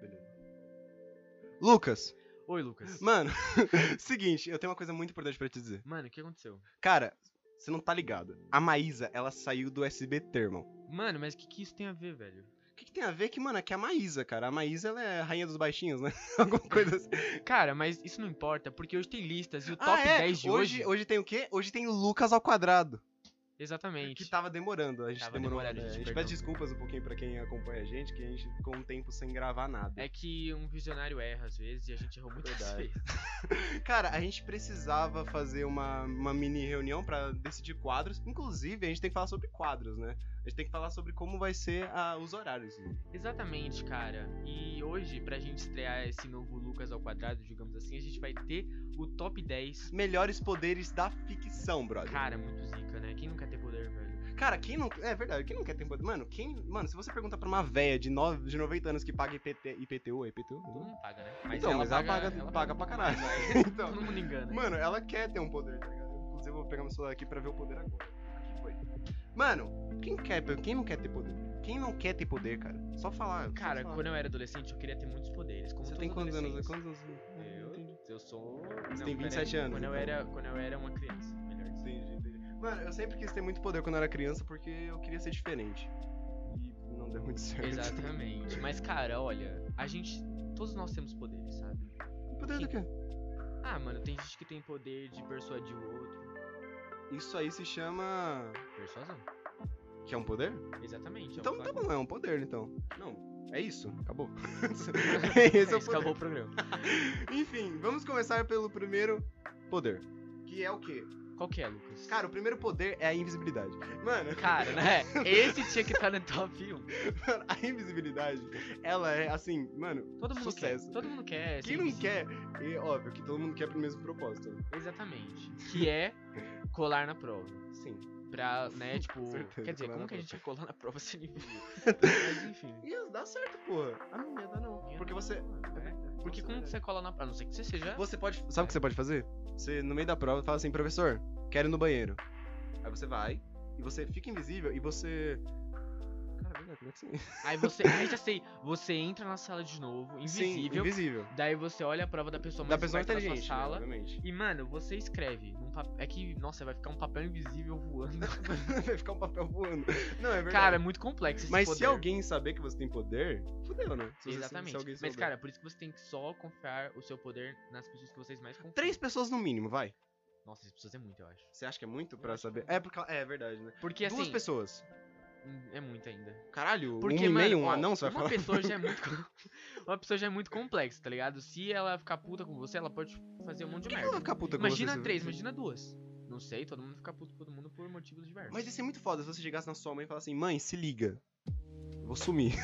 Lucas, Oi, Lucas. mano, seguinte, eu tenho uma coisa muito importante pra te dizer. Mano, o que aconteceu? Cara, você não tá ligado. A Maísa, ela saiu do SBT, irmão. Mano, mas o que, que isso tem a ver, velho? O que, que tem a ver que, mano, é que a Maísa, cara. A Maísa, ela é a rainha dos baixinhos, né? Alguma coisa assim. Cara, mas isso não importa, porque hoje tem listas e o Ah, top é, 10 de hoje. hoje, hoje tem o quê? Hoje tem Lucas ao quadrado. Exatamente. Que tá- tava demorando. A gente Tava demorou. demorando, a gente é, a gente perdeu. pede desculpas um pouquinho pra quem acompanha a gente, que a gente ficou um tempo sem gravar nada. É que um visionário erra às vezes e a gente errou muitas Verdade. vezes. Cara, a gente precisava fazer uma, uma mini reunião pra decidir quadros. Inclusive, a gente tem que falar sobre quadros, né? A gente tem que falar sobre como vai ser a- os horários. Exatamente, cara. E hoje, pra gente estrear esse novo Lucas ao quadrado, digamos assim, a gente vai ter o top 10. Melhores poderes da ficção, brother. Cara, muito zica, né? Quem nunca ter poder, velho? Cara, quem não. É verdade, quem não quer ter poder. Mano, quem. Mano, se você perguntar pra uma véia de, nove, de 90 anos que paga IPT, IPTU, é IPTU? Todo mundo paga, né? Então, mas ela paga- paga pra caralho. mas Então. Todo mundo engana. Mano, ela quer ter um poder, tá ligado? Inclusive, eu vou pegar meu celular aqui pra ver o poder agora. Aqui foi. Mano, quem, quer, quem não quer ter poder? Quem não quer ter poder, cara? Só falar. só Cara, falar. quando eu era adolescente, eu queria ter muitos poderes. Como Você é todo tem quantos anos? adolescente. Quantos anos? Eu, eu sou. Ah, um, Você não, tem 27 peraí. anos, Quando eu, então. era, quando eu era uma criança, melhor dizendo. Entendi, entendi. Mano, eu sempre quis ter muito poder quando eu era criança porque eu queria ser diferente. E não deu muito certo. Exatamente. Mas, cara, olha, a gente. Todos nós temos poderes, sabe? Poder do quê? Ah, mano, tem gente que tem poder de persuadir o outro. Isso aí se chama. Persuasão. Que é um poder? Exatamente. é um Então tá fato. bom, é um poder, então. Não, é isso. Acabou. Esse é o Isso, poder. acabou o programa. Enfim, vamos começar pelo primeiro poder. Que é o quê? Qual que é, Lucas? Cara, o primeiro poder é a invisibilidade. Mano, Cara, né? Esse tinha que estar no top 1. mano, a invisibilidade, ela é assim, mano, Todo mundo Sucesso. quer. Todo mundo quem quer. ser não invisível. quer, é óbvio que todo mundo quer pro mesmo propósito. né? Exatamente. Que é colar na prova. Sim. Pra, né, tipo. certeza, quer dizer, colar como na que a prova. gente ia colar na prova se ele viu? Mas enfim. E dá certo, porra. A minha dá não. Porque você. É, Porque como que você cola na prova? A não ser que você seja. Você pode. Sabe o que você pode fazer? Você, no meio da prova, fala assim, professor, quero ir no banheiro. Aí você vai, e você fica invisível, e você. Cara, verdade, como é que você. Aí você. Aí já sei. Você entra na sala de novo, Sim, invisível. invisível. Daí você olha a prova da pessoa mais Da pessoa esperta inteligente, da sua né, sala. obviamente. E, mano, você escreve. num pap- É que, nossa, vai ficar um papel invisível voando. Vai ficar um papel voando. Não, é verdade. Cara, é muito complexo esse Mas se poder. alguém saber que você tem poder, fudeu, né? Se você- se Exatamente. alguém Mas, souber. cara, por isso que você tem que só confiar o seu poder nas pessoas que vocês mais confiam. Três pessoas no mínimo, vai. Nossa, essas pessoas é muito, eu acho. Você acha que é Eu muito pra acho que saber? não. É, porque, é verdade, né? Porque, Duas assim, pessoas. é muito ainda. Caralho, Porque, um e mano, meio, um ó, anão, você vai uma falar? Pessoa já é muito, com- uma pessoa já é muito complexa, tá ligado? Se ela ficar puta com você, ela pode fazer um monte Por de que ela merda. vai ficar puta com Imagina você, se- três, imagina duas. Não sei, todo mundo fica puto com todo mundo por motivos diversos. Mas ia ser muito foda se você chegasse na sua mãe e falasse assim, mãe, se liga. Eu vou sumir.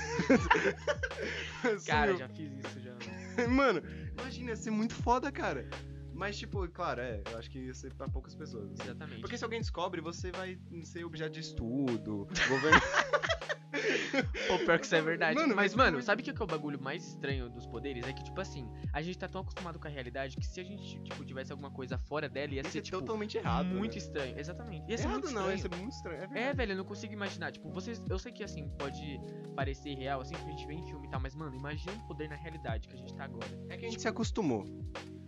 Cara, Sumiu. já fiz isso já. Mano, imagina, ia ser muito foda, cara. Mas, tipo, claro, é, eu acho que ia ser pra poucas pessoas. assim. Exatamente. Porque se alguém descobre, você vai ser objeto de estudo, governo. Pô, pior que isso é verdade. Mano, mas- mas, mano, sabe o que que é o bagulho mais estranho dos poderes? É que, tipo assim, a gente tá tão acostumado com a realidade que se a gente, tipo, tivesse alguma coisa fora dela, ia Ia ser, ser tipo, totalmente errado. muito né? estranho. Exatamente. Ia ser errado muito não, ia estranho. ser muito estranho. É, É, verdade. velho, eu não consigo imaginar. Tipo, vocês. Eu sei que assim, pode parecer real, assim, porque a gente vê em filme e tal, mas, mano, imagina o poder na realidade que a gente tá agora. É que a gente se acostumou.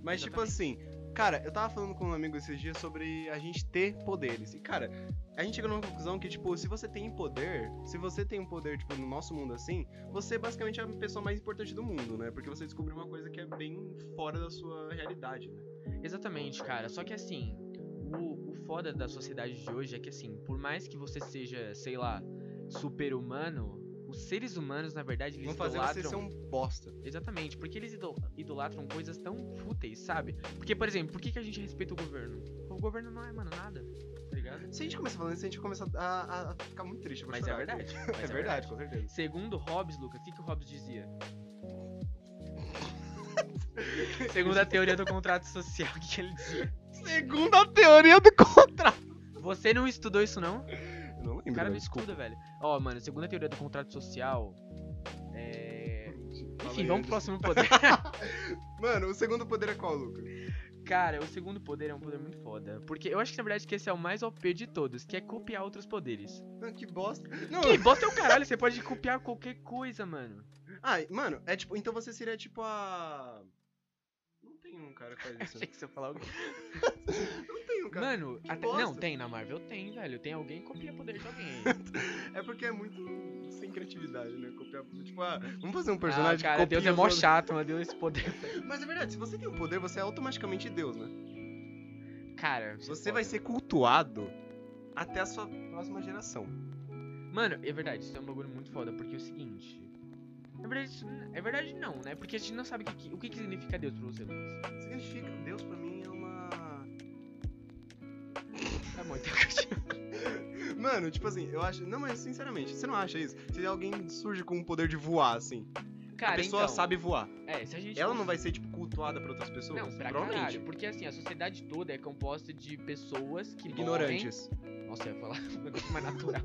Mas, tipo assim, cara, eu tava falando com um amigo esses dias sobre a gente ter poderes. E, cara, a gente chegou numa conclusão que, tipo, se você tem poder, se você tem um poder, tipo, no nosso mundo assim, você é basicamente a pessoa mais importante do mundo, né? Porque você descobriu uma coisa que é bem fora da sua realidade, né? Exatamente, cara. Só que assim, o, o foda da sociedade de hoje é que assim, por mais que você seja, sei lá, super humano, os seres humanos, na verdade, eles Vão fazer idolatram. você ser um bosta. Exatamente, porque eles idol- idolatram coisas tão fúteis, sabe? Porque, por exemplo, por que, que a gente respeita o governo? O governo não é, mano, nada. Tá ligado? Se a gente começar falando isso, a gente começa a, a- a ficar muito triste. eu vou Mas é chorar. verdade. mas Tipo, É verdade, com certeza. Segundo Hobbes, Lucas, o que, que o Hobbes dizia? Segundo a teoria do contrato social, o que, que ele dizia? Segundo a teoria do contrato. Você não estudou isso, não? Eu não lembro, O cara velho, não desculpa. estuda, velho. Ó, mano, segundo a teoria do contrato social. É. Enfim, vamos pro próximo poder. Mano, o segundo poder é qual, Lucas? Cara, o segundo poder é um poder muito foda. Porque eu acho que na verdade que esse é o mais OP de todos, que é copiar outros poderes. Ah, que bosta. Não, Que bosta é o caralho, você pode copiar qualquer coisa, mano. Ah, mano, é tipo. Então você seria tipo a. Não tem um cara que faz isso. né? Achei que você ia falar alguém. Não tem um cara. Mano, que até- bosta. não, tem, na Marvel tem, velho. Tem alguém que copia poder de alguém. É porque é muito sem criatividade, né? Copiar. Tipo, ah, vamos fazer um personagem ah, cara, que copia Deus é os mó outros. chato, mano. Deus esse poder. Mas é verdade, se você tem um poder, você é automaticamente Deus, né? Cara, isso é Você foda. vai ser cultuado até a sua próxima geração. Mano, é verdade, isso é um bagulho muito foda, porque é o seguinte. Na verdade, isso n- é verdade não, né? Porque a gente não sabe o que, que- o que, que significa Deus pra você, Lucas. Significa, Deus pra mim é uma. Tá bom, então continua. Mano, tipo assim, eu acho. Não, mas sinceramente, você não acha isso? Se alguém surge com o poder de voar, assim, Cara, a pessoa então, sabe voar. É, se a gente Ela não vai um ser, tipo, cultuada por outras pessoas? Não, pra Provavelmente. caralho, porque assim, a sociedade toda é composta de pessoas que morrem. Ignorantes. Nossa, eu ia falar um negócio mais natural.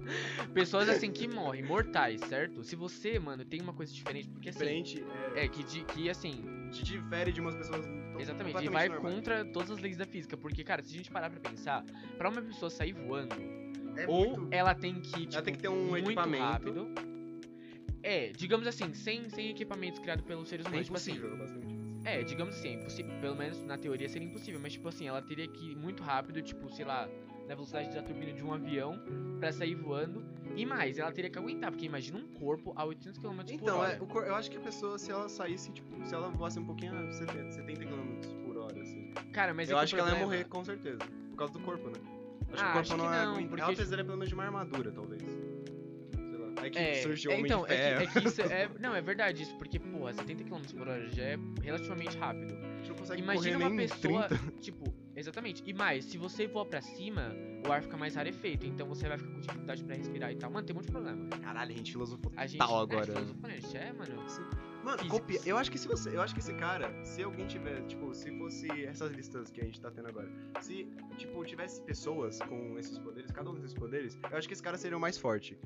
Pessoas assim que morrem, mortais, certo? Se você, mano, tem uma coisa diferente, porque assim. Diferente, É, que, de, que assim, é, te difere de umas pessoas. tão exatamente, e completamente vai normais. contra todas as leis da física. Porque, cara, se a gente parar pra pensar, pra uma pessoa sair voando, É ou muito- ela tem que, tipo, tem que ter um muito equipamento. rápido. É, digamos assim, sem, sem equipamentos criados pelos seres É humanos. tipo assim, impossível, basicamente. é, digamos assim, é impossível. Pelo menos na teoria seria impossível, mas tipo assim, ela teria que ir muito rápido, tipo, sei lá, na velocidade da turbina de um avião pra sair voando. E mais, ela teria que aguentar, porque imagina um corpo a 800 km por Então, hora. é, o cor- eu acho que a pessoa, se ela saísse, tipo, se ela voasse um pouquinho, ah, 70, 70 km por hora, assim. Cara, mas é eu que o acho que ela ia problema- morrer, com certeza. Por causa do corpo, né? Ah, que o corpo acho que não é não, aguenta. porque- tipo Ela precisaria pelo menos de uma armadura, talvez. Sei lá. Aí que É, surgiu o é, Homem então, de Ferro. é que, é que isso é. Não, é verdade isso, porque, porra, 70 km por hora já é relativamente rápido. A gente não consegue Imagina correr uma nem pessoa, 30. tipo, exatamente. E mais, se você voar pra cima, o ar fica mais rarefeito, então você vai ficar com dificuldade pra respirar e tal. Mano, tem um monte de problema. Caralho, a gente filosofou A gente tal É, Tá, agora. filosofo, né? Isso é, mano. Mano, físicos. copia. Eu acho que se você. Eu acho que esse cara, se alguém tiver, tipo, se fosse essas listas que a gente tá tendo agora, se, tipo, tivesse pessoas com esses poderes, cada um desses poderes, eu acho que esse cara seria o mais forte.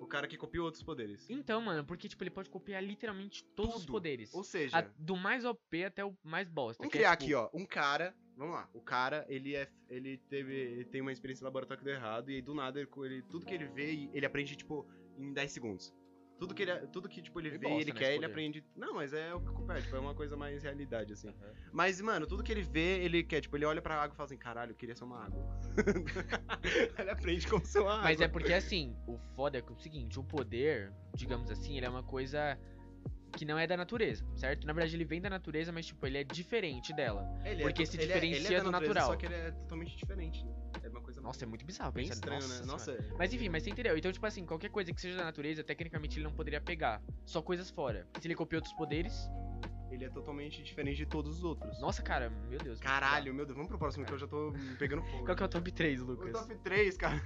O cara que copiou outros poderes. Então, mano, porque tipo, ele pode copiar literalmente todos os Tudo. poderes. Ou seja, A- do mais OP até o mais bosta. Vamos que é, criar tipo, aqui, ó. Um cara. Vamos lá. O cara, ele é. Ele teve. Ele tem uma experiência no laboratório que deu errado. E aí, do nada, ele, ele- tudo que ele vê, ele aprende, tipo, em 10 segundos. Tudo que, ele, tudo que tipo, ele Meio vê e bosta, ele né, quer, esse ele poder. aprende. Não, mas é o que compete, tipo, é uma coisa mais realidade, assim. Aham. Mas, mano, tudo que ele vê, ele quer. Tipo, ele olha pra água e fala assim: caralho, eu queria ser uma água. ele aprende como ser uma água. Mas é porque assim, o foda é que é o seguinte, o poder, digamos assim, ele é uma coisa que não é da natureza, certo? Na verdade, ele vem da natureza, mas tipo, ele é diferente dela. Ele é é porque se ele ele diferencia da do natureza, natural. Só que ele é totalmente diferente, né? É uma coisa Nossa, é muito bizarro bem pensar estranha, nossa né? senhora. Nossa. Mas enfim, mas você entendeu? Então, tipo assim, qualquer coisa que seja da natureza, tecnicamente ele não poderia pegar. Só coisas fora. Porque se ele copiou outros poderes. Ele é totalmente diferente de todos os outros. Nossa, cara, meu Deus. muito Caralho, meu Deus, vamos pro próximo que eu já tô pegando bizarro. fogo. Qual que é o top 3, O Lucas? top 3, cara.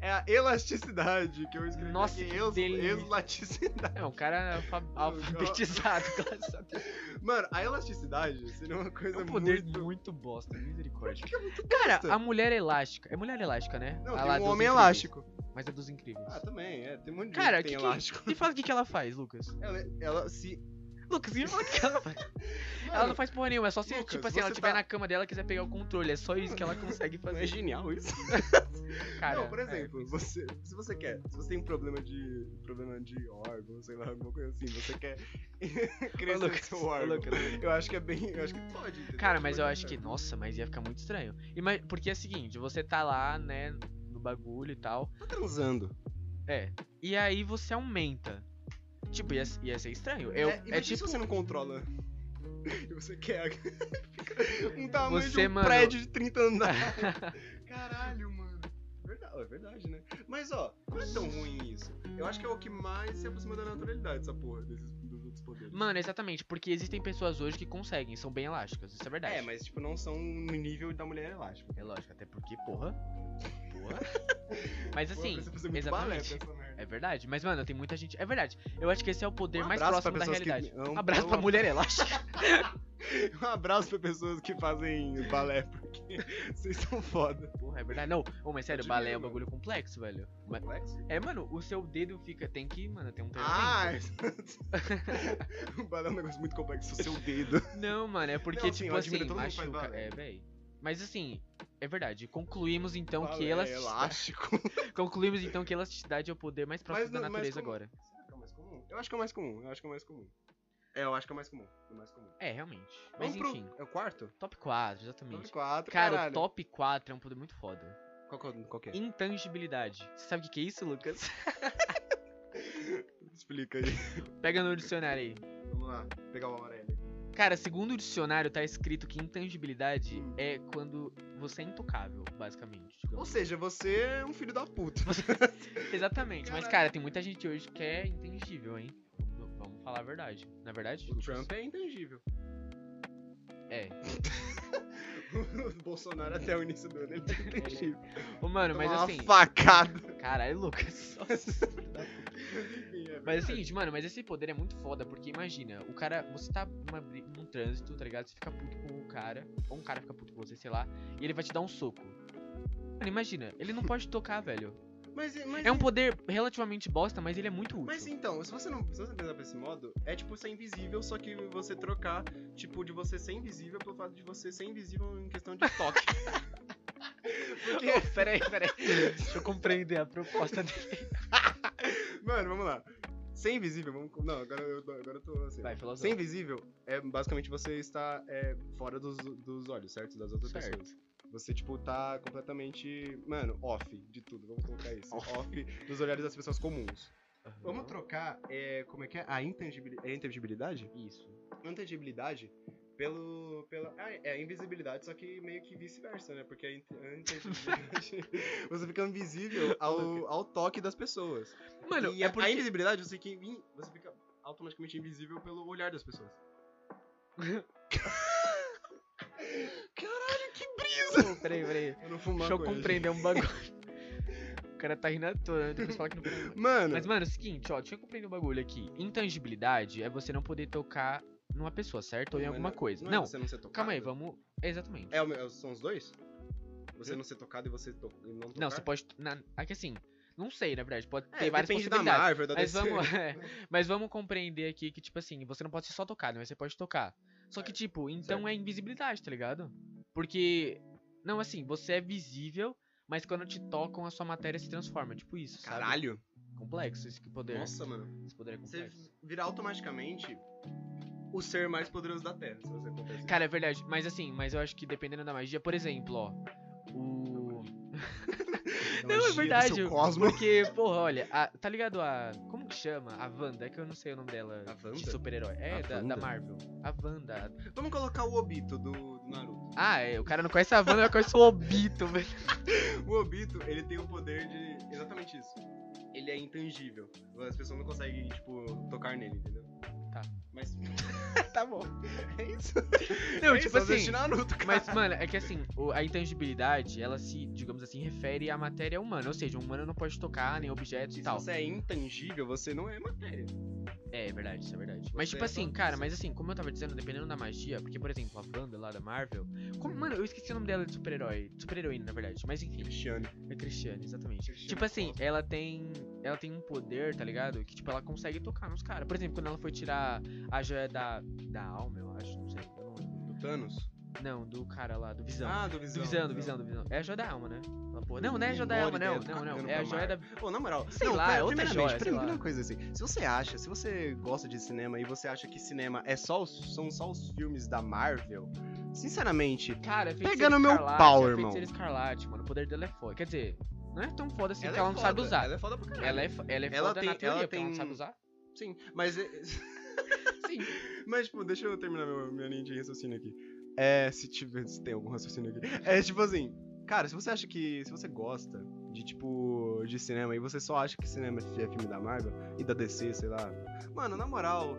É a elasticidade que eu escrevi. Nossa, aqui, que ex- delícia. eslaticidade. É, um cara alfa- alfabetizado, graças a Deus. Mano, a elasticidade seria uma É coisa um poder muito. muito, bosta, misericórdia. Cara, A mulher elástica. É mulher elástica, né? Não, A tem lá um dos homem incríveis. elástico. Mas é dos incríveis. Ah, também, é. Tem um monte de Cara, gente que que tem que- elástico. Me fala o que, que ela faz, Lucas. Ela, ela se. Lucas, me fala o que ela faz. ela não faz porra nenhuma, é só se, Lucas, tipo assim, ela você estiver tá- na cama dela e quiser pegar o controle. É só isso que ela consegue Não é fazer. genial isso? Cara, não, por é. exemplo, você, se você quer, se você tem um problema de problema de órgão, sei lá, alguma coisa assim, você quer Ô, crescer Lucas, seu ô, órgão. Lucas. Eu acho que é bem. Eu acho que pode. entendeu? Cara, mas eu pode acho que. entrar. Nossa, mas ia ficar muito estranho. Ima- Porque é o seguinte, você tá lá, né, no bagulho e tal. Tá transando. É. E aí você aumenta. Tipo, ia, ia ser estranho. Eu, é, é, imagina tipo. se você não controla. E você quer. fica um tamanho Você, de um mano- prédio de 30 andares. Caralho, mano. Verdade, é verdade, né? Mas ó, não é tão ruim isso. Eu acho que é o que mais se aproxima da naturalidade, essa porra, desses, dos outros poderes. Mano, exatamente, porque existem pessoas hoje que conseguem, são bem elásticas, isso é verdade. É, mas tipo, não são no nível da mulher elástica. É lógico, até porque, porra. Porra. mas Pô, assim, precisa fazer muito exatamente. balé pra essa merda. é verdade. Mas, mano, tem muita gente. É verdade. Eu acho que esse é o poder Um mais abraço próximo da pessoas que- realidade. um- Abraço pra um- mulher elástica. Um abraço pra pessoas que fazem balé, porque vocês são foda. Porra, é verdade. Não, ô, mas sério, Admiro, balé é um mano. bagulho complexo, velho. Mas- É, mano, o seu dedo fica. Tem que, mano, tem um treinamento. Ah! o balé é um negócio muito complexo, o seu dedo. Não, mano, é porque, Não, sim, tipo eu admiro assim, todo mundo que faz machuca. balé. É, véi. Mas assim, é verdade. Concluímos então Balé que elas. elástico. Concluímos então que elasticidade é o poder mais próximo Mas da não- mas natureza como- agora. Será que é o mais comum? Eu acho que é o mais comum, eu acho que é o mais comum. É, eu acho que é o mais comum. O mais comum. É, realmente. Mas Vamos enfim, pro. É o quarto? top 4, exatamente. Top 4, Cara, caralho. o top 4 é um poder muito foda. Qual, que é o- qual que é? Intangibilidade. Você sabe o que que é isso, Lucas? Explica aí. Pega no dicionário aí. Vamos lá, pegar o amarelo. Então. Cara, segundo o dicionário, tá escrito que intangibilidade Hum. é quando você é intocável, basicamente. Ou digamos. seja, você é um filho da puta. Exatamente, mas Caralho. cara, tem muita gente hoje que é intangível, hein? Vamos- Vamos falar a verdade. Na verdade, O Lucas? Trump é intangível. É. O Bolsonaro até o início do ano ele é intangível. Ô, mano, assim, mas Toma assim. Uma facada. Caralho, Lucas. Enfim, é Mas é o verdade. seguinte, mano, mas esse poder é muito foda, porque imagina, o cara, você tá numa, bri- num trânsito, tá ligado? Você fica puto com o cara, ou um cara fica puto com você, sei lá, e ele vai te dar um soco. Mano, imagina, ele não pode tocar, velho. Mas, mas, É um poder relativamente bosta, mas ele é muito útil. mas então, se você não se você pensar pra esse modo, é tipo ser invisível, só que você trocar, tipo, de você ser invisível pelo fato de você ser invisível em questão de toque. Porque Ô, peraí, peraí. Deixa eu compreender a proposta dele. Mano, vamos lá. Ser invisível, vamos. Não, agora eu, agora eu tô assim. Vai, filosofo. Ser invisível é basicamente você estar é, fora dos, dos olhos, certo? Das outras Certo. pessoas. Você, tipo, tá completamente. Mano, off de tudo, vamos colocar isso. Off. off dos olhares das pessoas comuns. Aham. Vamos trocar, é, como é que é? A intangibilidade. É intangibilidade? Isso. Intangibilidade pelo. Pela, ah, é a invisibilidade, só que meio que vice-versa, né? Porque a, int- a intangibilidade. é você fica invisível ao, ao toque das pessoas Mano, e é a- porque... a invisibilidade, você, que, in- você fica automaticamente invisível pelo olhar das pessoas. Caralho, que brisa! Ô, peraí, peraí. Eu não fumo Deixa eu maconha, compreender um bagulho. o cara tá rindo à toa, né? Depois fala que não gente. Mano, Mas, mano, é o seguinte, ó, deixa eu compreender um bagulho aqui. Intangibilidade é você não poder tocar numa pessoa, certo? Ou em mas alguma não- coisa. Não, Não, é você não ser tocado? calma aí, vamos. Exatamente. É, o meu- são os dois? Você não ser tocado e você to... e não tocar? Hum? Não, você pode. Na... Aqui assim, não sei, na verdade. Pode É, ter várias depende da possibilidades. Marvel, da Mas DC. vamos, é, mas vamos compreender aqui que, tipo assim, você não pode ser só tocado, mas você pode tocar. Só que, Certo. tipo, então tá Certo. é invisibilidade, tá ligado? Porque. Não, assim, você é visível, mas quando te tocam, a sua matéria se transforma. Tipo isso, sabe? Caralho. Complexo esse poder. Nossa, mano. Esse poder é complexo. Você vira automaticamente o ser mais poderoso da Terra, se você acontecer. Cara, é verdade. Mas assim, mas eu acho que dependendo da magia, por exemplo, ó. O. Não, é verdade. Porque, porra, olha, a- tá ligado a. Como que chama? A Wanda, é que eu não sei o nome dela. A Wanda? De super-herói. A É, da, da Wanda? Marvel. A Wanda. Vamos colocar o Obito do, do Naruto. Ah, é. O cara não conhece a Wanda, mas conhece o Obito, velho. O Obito, ele tem o poder de exatamente isso. Ele é intangível. As pessoas não conseguem, tipo, tocar nele, entendeu? Tá. Mas. tá bom. É isso. Não, É tipo isso, assim. assiste Naruto, cara. Mas, mano, é que assim, o- a intangibilidade, ela se, digamos assim, refere à matéria humana. Ou seja, um humano não pode tocar nem objetos e se tal. você é intangível, você não é matéria. É, é verdade, isso é verdade. Mas, Você tipo é assim, só- cara, você- mas assim, como eu tava dizendo, dependendo da magia, porque, por exemplo, a Wanda lá da Marvel. Como, mano, eu esqueci o nome dela de super-herói. Super-heroína, na verdade. Mas enfim, Cristiano. é Cristiane, exatamente. Cristiane tipo assim, Cosmo. ela tem. Ela tem um poder, tá ligado? Que, tipo, ela consegue tocar nos caras. Por exemplo, quando ela foi tirar a joia da. Da alma, eu acho, não sei. eu não lembro. Do Thanos? Não, do cara lá, do Visão. Ah, do do Visão. Visão, do Visão, do Visão. É a joia da alma, né? Ela, porra. Não, não é a joia da Menor alma, não. ideia do Não, não. caramba É a pra joia da. Pô, na moral, Sei não, lá, pera- é outra primeiramente, joia, sei primeira lá. coisa assim. Se você acha, se você gosta de cinema e você acha que cinema é só os- são só os filmes da Marvel, sinceramente, Cara, é feiticeira Pega no meu escarlate, pau, é irmão. Feiticeira escarlate, mano. O poder dela é foda. Quer dizer, não é tão foda assim ela que é ela não sabe foda, usar. Ela é foda pra caralho. Ela é, fo- ela é Ela foda tem- na teoria, ela porque ela não tem- sabe usar. Sim, mas é- Sim. Mas, tipo, deixa eu terminar meu, minha linha de raciocínio aqui. É, se tiver, se tem algum raciocínio aqui. É, tipo assim, cara, se você acha que, se você gosta de, tipo, de cinema e você só acha que cinema é filme da Marvel e da DC, sei lá. Mano, na moral,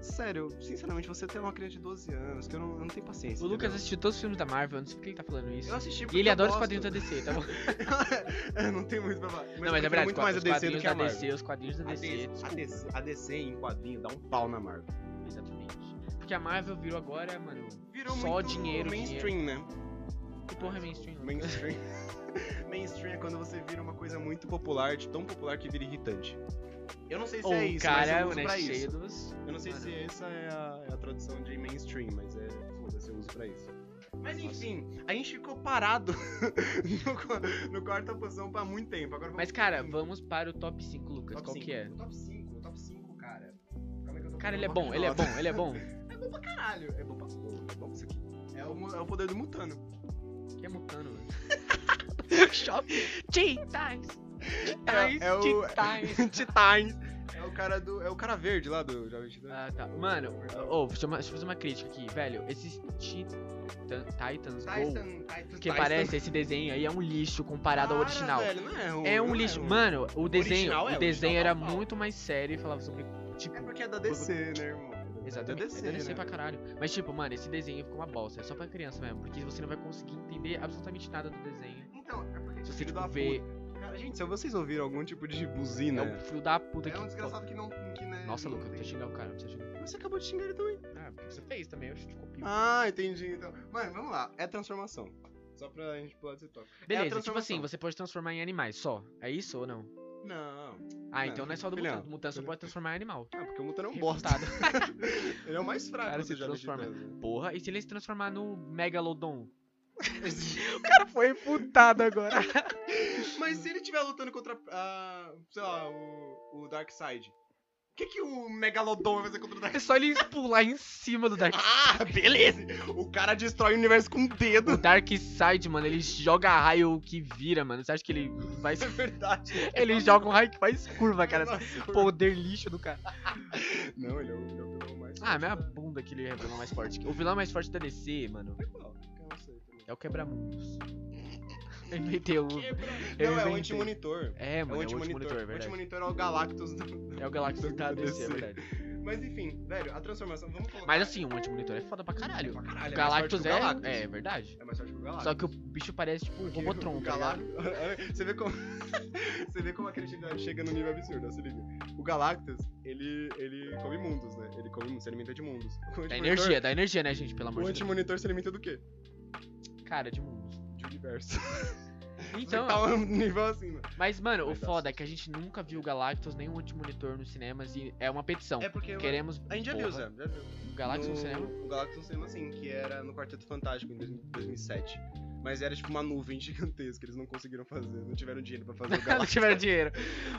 sério, sinceramente, você tem uma criança de 12 anos que eu não, eu não tenho paciência. O Lucas entendeu? assistiu todos os filmes da Marvel, eu não sei por que ele tá falando isso. Eu assisti porque E ele eu adora os gosto. quadrinhos da DC, tá bom? É, não tem muito pra falar. não, mas é eu prefiro verdade, muito os mais a DC do quadrinhos que a da Marvel. DC, os quadrinhos da A DC, DC, a DC, a DC em quadrinho dá um pau na Marvel. exatamente. Porque a Marvel virou agora, mano, Virou Só muito dinheiro, mainstream, né? que porra é mainstream. né? Mainstream. tipo, mainstream é quando você vira uma coisa muito popular, de tão popular que vira irritante. Eu não sei se Ou é isso, mas cara, eu uso né, pra cheio isso. dos... Eu não sei se essa é a, é a tradução de mainstream, mas é foda-se, eu uso pra isso. Mas enfim, a gente ficou parado no, qu- no quarta posição pra muito tempo. Agora vamos Mas, cara, vamos para o top 5, Lucas, top qual cinco. que é? O top 5, o top 5, cara. Cara, ele é bom, ele é bom, ele é bom. É bom pra caralho. É bom pra porra. É bom isso aqui. É o, é o poder do Mutano. Que é mutano, velho. Shop. Titãs. Titãs. é o- Titãs. Titãs. É o cara do. É o cara verde lá do Jovem Titã. Ah, tá. Mano, ô, deixa, eu ma- deixa eu fazer uma crítica aqui, velho. Esses Titan, Titans Go, Tyson, Tyson. que parece esse desenho aí, é um lixo comparado ao original. Velho, não é, ruim, é não um lixo. ruim. Mano, o desenho, original é, o o desenho original era não fala. muito mais sério e falava sobre tipo, É porque é da DC, né, irmão? Exatamente. É É DC, da DC né? pra caralho. Mas tipo, mano, esse desenho ficou uma bosta. É só pra criança mesmo, porque você não vai conseguir entender absolutamente nada do desenho. Então, é porque Se você filho tipo, da ver, puta. Cara, gente, se vocês ouviram algum tipo de é buzina. um filho da puta É, que. um desgraçado que não. Que, né, Nossa, não Luca, tem- precisa xingar o cara, precisa xingar. Você acabou de xingar ele também. um- Ah, porque você fez também, eu te copio. Ah, entendi. Então. Mano, vamos lá. É transformação. Só pra gente pular desse tópico. Beleza, tipo transformação. assim, você pode transformar em animais só. É isso ou não? Não. Ah, Não, então não é só do filhão, mutante. O mutante só filhão. pode transformar em animal. É, porque o Mutano é um bosta. Refutado. ele é o mais fraco. Cara, do se Jovem transforma. Titãs, né? Porra, e se ele se transformar no Megalodon? o cara foi refutado agora. Mas se ele estiver lutando contra, ah, sei lá, o, o Darkseid, o que, que o Megalodon vai fazer contra o Darkseid? É só ele pular em cima do Dark Ah, beleza! O cara destrói o universo com o dedo. O Dark Side, mano, ele joga raio que vira, mano. Você acha que ele vai. É verdade. Ele joga um raio que faz curva, cara. Nossa, Poder lixo do cara. Não, ele é o, ele é o vilão mais. Ah, minha bunda que ele é o vilão mais forte. O vilão mais forte da DC, mano, é o Quebra-Mundos. Eu inventei o. Eu Não, é o inventei. anti-monitor. É, É o mano, anti-monitor. é o anti-monitor, é O verdade. anti-monitor é o Galactus do... É o Galactus da da DC, é DC. verdade. Mas enfim, velho, a transformação, vamos colocar. Mas assim, o anti-monitor é foda pra É caralho. pra O caralho, Galactus é. mais forte que o Galactus. É, é verdade. É mais forte que o Galactus. Só que o bicho parece tipo um Porque Robotron, o tá ligado? Galactus. é Você vê como. Você vê como a criatividade chega num nível absurdo, ó, se liga. O Galactus, ele, ele come mundos, né? Ele come mundos, se alimenta de mundos. O Dá anti-monitor- energia, dá energia, né, gente? Pelo O amor de Deus. anti-monitor se alimenta do quê? Cara, de mundos. De universo. Então, tá um nível assim, mano. Mas, mano, o Verdade. foda é que a gente nunca viu Galactus nem o Antimonitor nos cinemas e é uma petição. É porque. Queremos A gente já viu, porra. Zé. Já viu. o Galactus no cinema. O Galactus no cinema, sim, que era no Quarteto Fantástico em 2000 2007. Mas era tipo uma nuvem gigantesca, eles não conseguiram fazer, não tiveram dinheiro pra fazer o Não Galactus. é. tiveram dinheiro.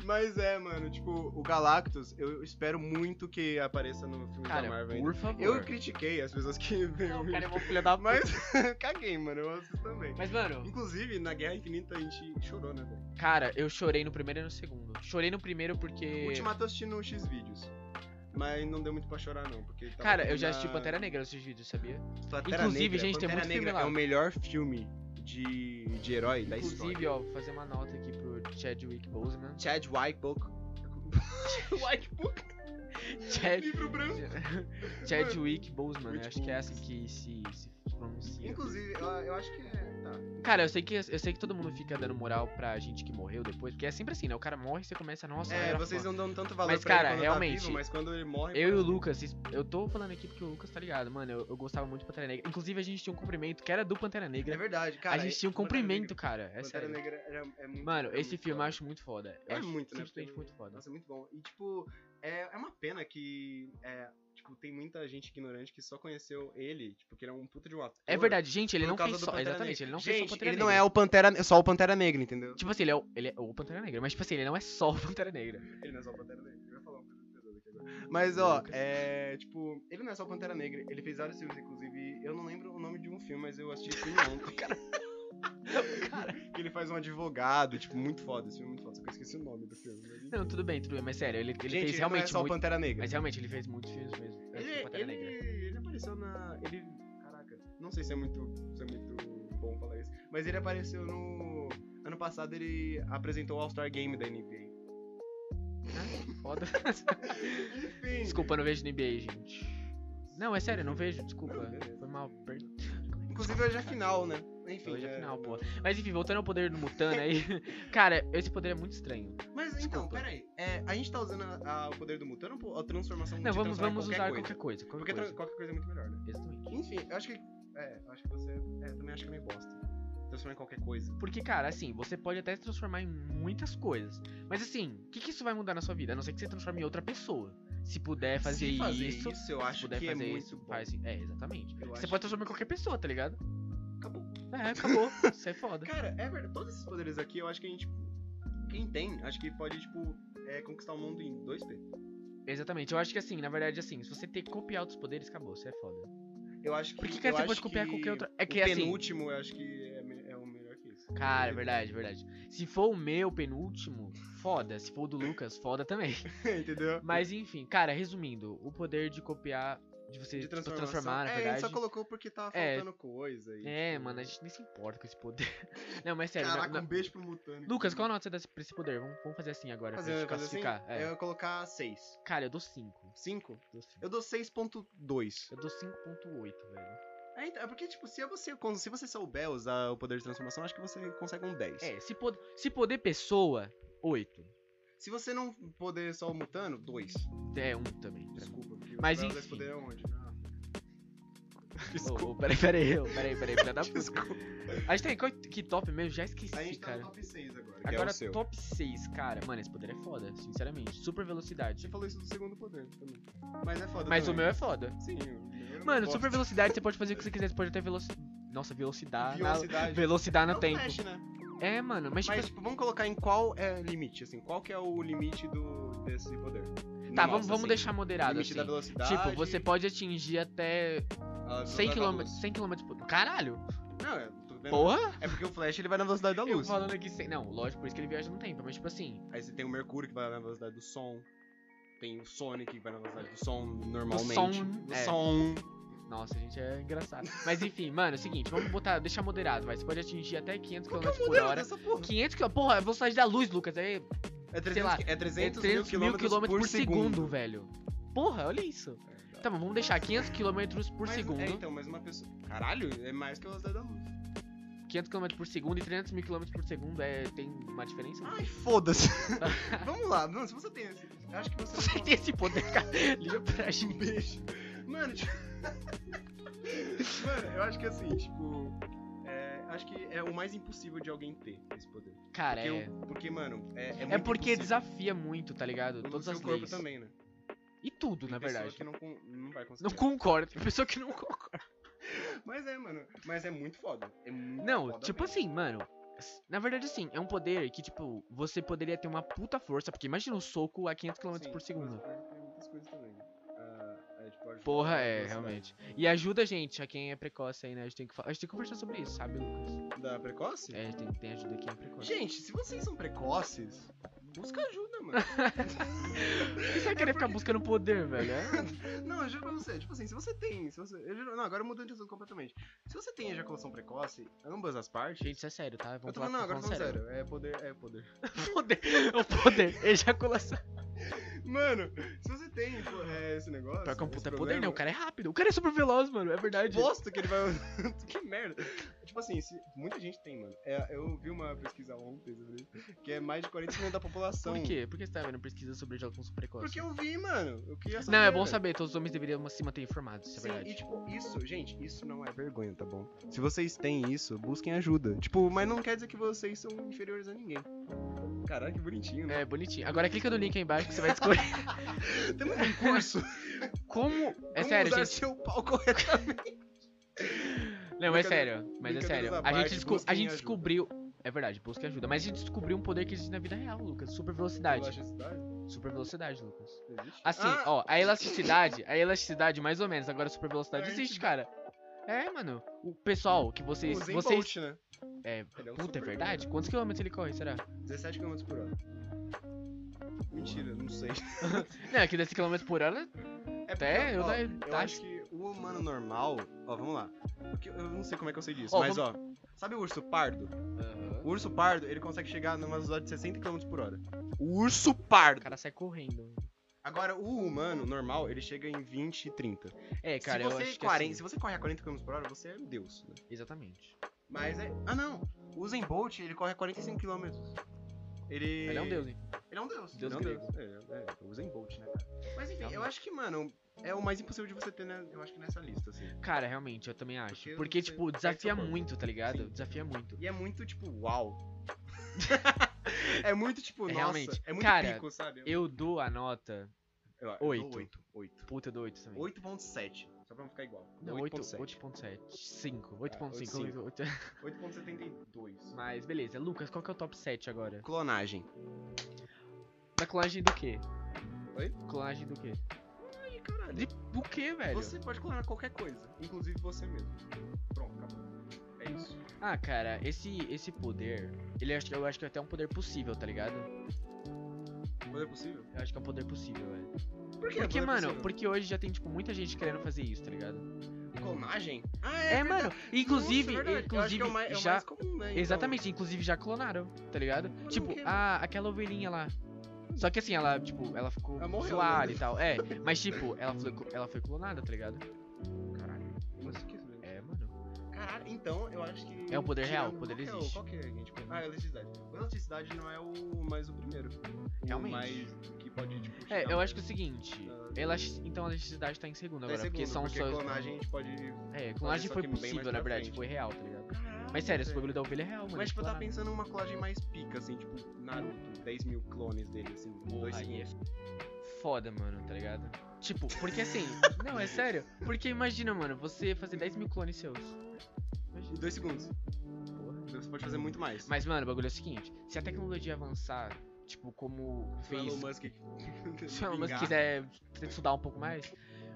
Mas é, mano, tipo, o Galactus, eu espero muito que apareça no filme Cara, da Marvel. ainda. por favor. Eu critiquei as pessoas que veem O cara é o uma filha da Mas puta. caguei, mano, eu assisto também. Mas, mano, Inclusive, na Guerra Infinita a gente chorou, né, velho? cara, eu chorei no primeiro e no segundo. Chorei no primeiro porque. Ultimato eu assisti no X-Vídeos. Mas não deu muito pra chorar, não, porque... tava Cara, eu tudo já na- assisti Pantera Negra nesses vídeos, sabia? Pantera Inclusive, Negra. gente, tem Pantera muito filme Negra lá. é o melhor filme de, de herói da Inclusive, história. ó, vou fazer uma nota aqui pro Chadwick Boseman. Chad Whitebook. Chadwick Chad... Livro branco. Chadwick Boseman, né? acho que é assim Boseman. que se, se pronuncia. Inclusive, eu, eu acho que é... Tá. Cara, eu sei, que, eu sei que todo mundo fica dando moral pra gente que morreu depois, porque é sempre assim, né? O cara morre e você começa, nossa, eu É, era vocês fã. não dão tanto valor Mas, pra ele cara, quando realmente, tá vivo, mas quando ele morre... Eu e o Lucas, es- eu tô falando aqui porque o Lucas tá ligado, mano, eu, eu gostava muito do Pantera Negra. Inclusive, a gente tinha um cumprimento que era do Pantera É Negra. verdade, cara. tipo, a gente tinha um Pantera cumprimento, Negra- cara, é Pantera sério. Negra era- é muito- Mano, é esse muito filme foda. eu acho muito foda. Eu É acho muito, né? Simplesmente Porque- muito foda. Nossa, é muito bom. E, tipo, é, é uma pena que... é, tipo, tem muita gente ignorante que só conheceu ele, tipo, que ele é um puta de um ator. É verdade, gente, ele por não causa fez do só. Pantera Exatamente, Negra. ele não Gente, fez só Pantera ele Negra. não é o Pantera, só o Pantera Negra, entendeu? Tipo assim, ele é, o, ele é o Pantera Negra, mas tipo assim, ele não é só o Pantera Negra. Ele não é só o Pantera Negra. Eu ia falar uma coisa pesada aqui agora. Hum, Mas, ó, é. Tipo, ele não é só o Pantera Negra. Ele fez vários filmes, inclusive. Eu não lembro o nome de um filme, mas eu assisti esse filme ontem. Que ele faz um advogado, tipo, muito foda. Esse filme é muito foda. Só que eu esqueci o nome do filme. mas enfim. Não, tudo bem, tudo bem, mas sério, ele, ele Gente, fez ele realmente não é só o muito- Pantera Negra. Mas realmente, ele fez muitos filmes mesmo. é, ele, do Pantera ele, Negra. ele apareceu na. Ele. Caraca, não sei se é muito. Se é muito bom falar isso. Mas ele apareceu no. Ano passado ele apresentou o All-Star Game da NBA. é Ah, Foda. Enfim. Desculpa, eu não vejo NBA, gente. Não, é sério, eu não vejo, desculpa. Não, beleza. Foi mal. per- Inclusive hoje é final, né? Enfim. Hoje é é- final, pô. Mas enfim, voltando ao poder do Mutano aí. cara, esse poder é muito estranho. Mas então, Desculpa. peraí. É, a gente tá usando a- a- o poder do Mutano ou a transformação Não, de vamos, transformar vamos qualquer usar coisa? qualquer coisa. Porque Qualquer tra- coisa. qualquer coisa é muito melhor, né? Exatamente. Enfim, eu acho que. É, eu acho que você. É, eu também acho que é meio bosta. Transformar em qualquer coisa. Porque, cara, assim, você pode até se transformar em muitas coisas. Mas assim, o que, que isso vai mudar na sua vida? A não ser que você transforme em outra pessoa. Se puder fazer, Se fazer isso. isso, eu se acho puder que é fazer muito isso, bom. faz. É, exatamente. Eu Você acho pode que- é transformar em qualquer pessoa, tá ligado? Acabou. É, acabou. Isso é foda. Cara, é verdade. Todos esses poderes aqui, eu acho que a gente. Quem tem, acho que pode, tipo, é, conquistar o mundo em 2P. Exatamente. Eu acho que assim, na verdade, assim, se você ter que copiar outros poderes, acabou, você é foda. Eu acho que. Porque cara, eu você acho pode copiar que qualquer outra. É que o assim. penúltimo eu acho que é, me- é o melhor que isso. Cara, é verdade, verdade. Se for o meu penúltimo, foda. Se for o do Lucas, foda também. Entendeu? Mas enfim, cara, resumindo, o poder de copiar, de você De tipo, transformação. transformar, na é, verdade. ele só colocou porque tava É. faltando coisa. E... É, mano, a gente nem se importa com esse poder. Não, mas sério, na- Caraca, na- um beijo pro Mutano. Lucas, qual nota você dá pra esse poder? Vamos, vamos fazer assim agora, pra Fazer, gente fazer classificar. assim? É. Eu ia colocar 6. Cara, eu dou 5. 5? Dou cinco. Eu dou 6.2. Eu dou 5.8, velho. É, então, é porque, tipo, se você, se você souber usar o poder de transformação, acho que você consegue um 10. É, se, pod... se poder pessoa, 8. Se você não poder só o Mutano, 2. É, 1 também. pra mim. Desculpa. porque Mas você vai usar enfim. esse poder aonde? Ah. Ô, ô, peraí, peraí, ô, peraí, peraí, filha da puta. Desculpa. A gente tem qual- que top mesmo? Já esqueci, A gente tá cara. no top 6 agora, que é Agora, o seu. top 6, cara. Mano, esse poder é foda, sinceramente. Super velocidade. Você falou isso do segundo poder também. Mas é foda Mas o também. meu é foda. Sim, o meu... é Mano, eu super gosto. velocidade, você pode fazer o que você quiser, você pode até velocidade. Nossa, velocidade. Na... Velocidade. Velocidade É no o tempo. Flash, né? É, mano, mas, tipo, Mas, tipo, vamos colocar em qual é limite, assim, qual que é o limite do, desse poder? Tá, Nossa, vamos, vamos assim, deixar moderado. Limite Assim. da velocidade. Tipo, você pode atingir até a velocidade 100 da km, luz. 100 km por. Caralho! Não, é, tô vendo. Porra! É porque o Flash ele vai na velocidade da Eu luz. falando aqui sem. Não, lógico, por isso que ele viaja no tempo, mas tipo assim. Aí você tem o Mercúrio que vai na velocidade do som. Tem o Sonic que vai na velocidade do som O normalmente. som. Do é. som. Nossa, a gente é engraçado. Mas enfim, mano, é o seguinte, vamos botar, deixar moderado, vai. Você pode atingir até 500 km por Moderado tipo, hora. essa porra. 500 km, porra, é a velocidade da luz, Lucas. É, É 300, sei lá, é é 300 300 mil km por, segundo, segundo. velho. Porra, olha isso. É, Tá bom, vamos deixar 500 km por Mas- segundo. É, então, mas uma pessoa. Caralho, é mais que a velocidade da luz. 500 km por segundo e 300 mil km por segundo é, tem uma diferença? Ai, foda-se. Vamos lá, mano, se você tem esse. eu Acho que você. Você tem esse poder, cara. Liga pra gente. Um Beijo. Mano, tipo... Mano, eu acho que assim, tipo. É, acho que é o mais impossível de alguém ter esse poder. Cara, Porque, é. o- porque mano, é. É, É muito porque impossível. desafia muito, tá ligado? O do Todas seu as corpo leis. também, né? E tudo, Tem na pessoa verdade. Que não, con- não vai conseguir. Não concordo. Tem pessoa que não concorda. Mas é, mano. Mas é muito foda. É muito Não, foda tipo assim, mano. s- Na verdade, assim, é um poder que, tipo, você poderia ter uma puta força. Porque imagina um soco a 500 km mesmo. Sim, por segundo. mas tem muitas coisas também. Ah, é, tipo, acho que Porra, da é, velocidade. realmente. E ajuda a gente, a quem é precoce aí, né? A gente tem que, fa- a gente tem que conversar sobre isso, sabe, Lucas? Da precoce? É, a gente tem, tem ajuda quem é precoce. Gente, se vocês são precoces, busca ajuda, mano. Por que você vai querer ficar buscando poder, velho? É? Não, eu juro pra você, tipo assim, se você tem. Se você, eu juro, não, agora mudando de assunto completamente. Se você tem ejaculação precoce, ambas as partes. Gente, isso é sério, tá? eu Vamos tô falar, falando, não, agora tô falando falando sério. É poder, é poder. Poder, o poder, ejaculação. Mano, se você tem pô, é, esse negócio. Pior que é um esse puta poder, problema, né? O cara é rápido. O cara é super veloz, mano. É verdade. Posto que ele vai. que merda. Tipo assim, se- muita gente tem, mano. É, eu vi uma pesquisa ontem sobre isso, que é mais de 40% da população. Por quê? Por que você tá vendo pesquisa sobre ejaculação precoce? então. Porque eu vi, mano. Eu queria saber. Não, é bom saber. Todos os homens deveriam se manter informados, isso é Sim, verdade. e tipo, isso, gente, isso não é vergonha, tá bom? Se vocês têm isso, busquem ajuda. Tipo, mas não quer dizer que vocês são inferiores a ninguém. Caralho, que bonitinho, né? É, bonitinho. Agora clica no link aí embaixo que você vai descobrir Temos um curso. como... É como sério, usar gente. seu pau corretamente. Não, é Brincadeira- sério. Mas é brincadeiras sério. à A gente, parte, desco- a busquem gente ajuda. descobriu... É verdade, busca ajuda. Mas a gente descobriu um poder que existe na vida real, Lucas. Super velocidade. Elasticidade? Super velocidade, Lucas. Existe? Assim, Ah, ó, a elasticidade, a elasticidade mais ou menos, agora a super velocidade Certo. existe, cara. É, mano. O pessoal, que vocês, o Zen vocês Bolt, né? É, Ele um Puta, é super- verdade? Quantos quilômetros ele corre, será? 17 km por hora. Mentira, não sei. Não, é que 10 km por hora, É até porque, eu, ó, daí- Eu acho acho. que o humano normal. Ó, vamos lá. Porque Eu não sei como é que eu sei disso, Ó, mas ó. Sabe o urso pardo? O Aham. urso pardo, ele consegue chegar numa velocidade de 60 km por hora. O urso pardo. O cara sai correndo. Agora, o humano normal, ele chega em 20 e 30. É, cara, se, você eu acho que 40 assim- se você corre a 40 km por hora, você é um deus. Né? Exatamente. Mas é. Ah, não. O Zen Bolt, ele corre a 45 km. Ele... Ele é um deus, hein? Ele é um deus. ele Deus é um grego. deus. É, é, o Zen Bolt, né, cara? Mas enfim, eu Realmente. acho que, mano, é o mais impossível de você ter, né, eu acho que nessa lista, assim. Cara, realmente, eu também acho. Porque Porque, eu não sei tipo, como é que você desafia acorda. muito, tá ligado? Sim. Desafia muito. E é muito, tipo, uau. é muito, tipo, É, nossa. realmente. É muito Cara, pico, sabe? Eu dou a nota. eu, eu oito. 8. 8. Puta, eu dou 8 também. 8.7. Só pra não ficar igual. Não, 8.7. 8.7. 5. Ah, 8.5. 8.5. oito- 8.72. Mas beleza, Lucas, qual que é o top 7 agora? Clonagem. Da colagem do quê? Oi? Clonagem do quê? Ai, caralho. De, do quê, velho? Você pode clonar qualquer coisa, inclusive você mesmo. Pronto, acabou. É isso. Ah, cara, esse, esse poder, ele acho, que- eu acho que é até um poder possível, tá ligado? Poder possível? Eu acho que é um poder possível, velho. Por que? Porque, poder mano, possível? porque hoje já tem, tipo, muita gente querendo fazer isso, tá ligado? Clonagem? Ah, É, verdade. mano, inclusive, Nossa, é verdade. Eu acho inclusive, que é o mais, é o já... mais comum, né? então. Exatamente, inclusive já clonaram, tá ligado? tipo, que- a, aquela ovelhinha lá. Só que assim, ela, tipo, ela ficou Ela morreu, zoada né? e tal. É, mas tipo, ela foi, ela foi clonada, tá ligado? Caralho. Mas que isso, velho? É, mano. Caralho, então eu acho que. É um poder real, Tirando- o poder qual que é o- existe. Qual que é, gente? Tipo, ah, eletricidade. O Eletricidade não é o mais o primeiro. O Realmente. Mais que pode, tipo, É, tirar eu um- acho que é o seguinte. Ah. elasti- Então a elasticidade tá em segundo Até agora, porque segundo, são porque só. clonagem a gente pode. É, clonagem só foi que bem mais possível, pra na verdade, frente. foi real, tá ligado? Caralho, Mas sério, esse velho. bagulho da ovelha é real, mano. Mas tipo, eu tava clonaram. pensando numa clonagem mais pica, assim, tipo, Naruto, 10 mil clones dele, assim, em dois Porra, aí é segundos. foda, mano, tá ligado? Tipo, porque assim. não, é sério. Porque imagina, mano, você fazer 10 mil clones seus. Em Imagina, dois segundos. é porra. Você pode fazer muito mais. Mas, mano, o bagulho é o seguinte: se a tecnologia avançar, tipo, como Se o Elon fez. Musk. Se o Elon Musk vingar- quiser estudar um pouco mais,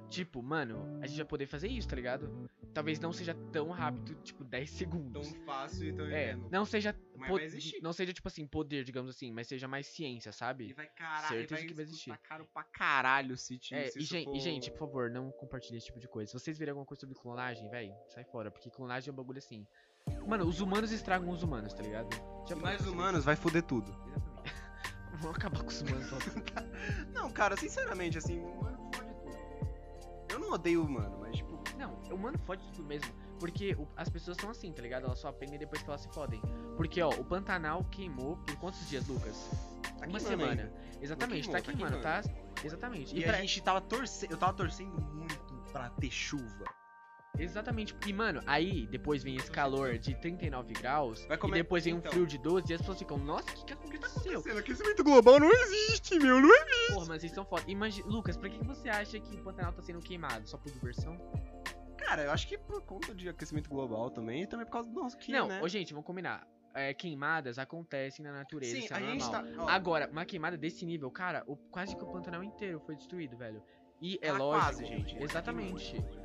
tipo, mano, a gente vai poder fazer isso, tá ligado? Talvez não seja tão rápido, tipo, 10 Tão segundos. fácil e tão é, ingênuo. não seja. Mas po- vai existir. Não seja, tipo assim, poder, digamos assim, mas seja mais ciência, E sabe? vai caralho, Certeza vai que vai existir. custar caro pra caralho se te- É, se e, isso gen- e, for- gente, por favor, não compartilhe esse tipo de coisa. Se vocês verem alguma coisa sobre clonagem, véi, sai fora, porque clonagem é um bagulho assim. Mano, os humanos estragam os humanos, tá ligado? Já E parou pra mais pensar humanos vai foder tudo. nisso? Vamos acabar com os humanos, só. Não, cara, sinceramente, assim, o humano fode tudo. Eu não odeio o humano, mas tipo, Não, o humano fode tudo mesmo. Porque o- as pessoas são assim, tá ligado? Elas só aprendem depois que elas se fodem. Porque, ó, o Pantanal queimou por quantos dias, Lucas? tá Uma queimando semana. ainda. Exatamente, Não tá queimou, tá queimando, tá? Exatamente. E, E, pra- a gente tava torcendo, eu tava torcendo muito pra ter chuva. Exatamente. E, mano, aí depois vem esse calor de 39 graus. Vai comer- E depois vem um então. frio de 12 e as pessoas ficam, nossa, o que, que aconteceu? Sendo aquecimento global não existe, meu, não é? Porra, mas vocês são foda. Imagina, Lucas, pra que que você acha que o Pantanal tá sendo queimado? Só por diversão? Cara, eu acho que por conta de aquecimento global também, e também por causa do nosso clima, Não, né? ô, gente, vamos combinar. É, queimadas acontecem na natureza, Sim, isso é a normal. gente tá. ó, Agora, uma queimada desse nível, cara, o, quase que o Pantanal inteiro foi destruído, velho. E é tá lógico. quase, gente. tá Exatamente. queimando.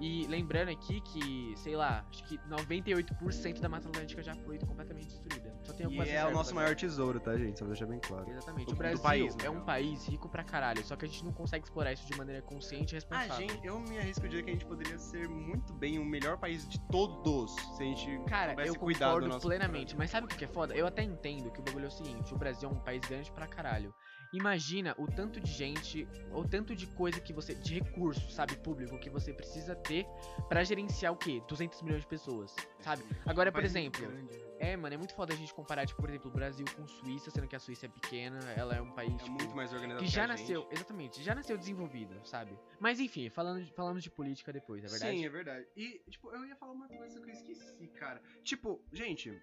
E lembrando aqui que, sei lá, acho que 98% da Mata Atlântica já foi completamente destruída. Só tem E algumas é o reservas, nosso né? maior tesouro, tá, gente? Só pra deixar bem claro. Exatamente. do- O do Brasil país, né? é um país rico pra caralho, só que a gente não consegue explorar isso de maneira consciente A e responsável. gente, eu me arrisco a dizer que a gente poderia ser muito bem o melhor país de todos se a gente Cara, soubesse eu cuidar do concordo Então, nosso plenamente, mas sabe o que que é foda? Eu até entendo que o bagulho é o seguinte, o Brasil é um país grande pra caralho. Imagina o tanto de gente, o tanto de coisa que você, de recurso, sabe, público, que você precisa ter pra gerenciar o quê? 200 milhões de pessoas, sabe? Agora, por um País muito exemplo, grande, né? é, mano, é muito foda a gente comparar, tipo, por exemplo, o Brasil com Suíça, sendo que a Suíça é pequena, ela é um país, É tipo, muito mais organizado que já a gente. nasceu, exatamente, já nasceu desenvolvido, sabe? Mas enfim, falando de, falamos de política depois, é verdade? Sim, é verdade. E, tipo, eu ia falar uma coisa que eu esqueci, cara. Tipo, gente,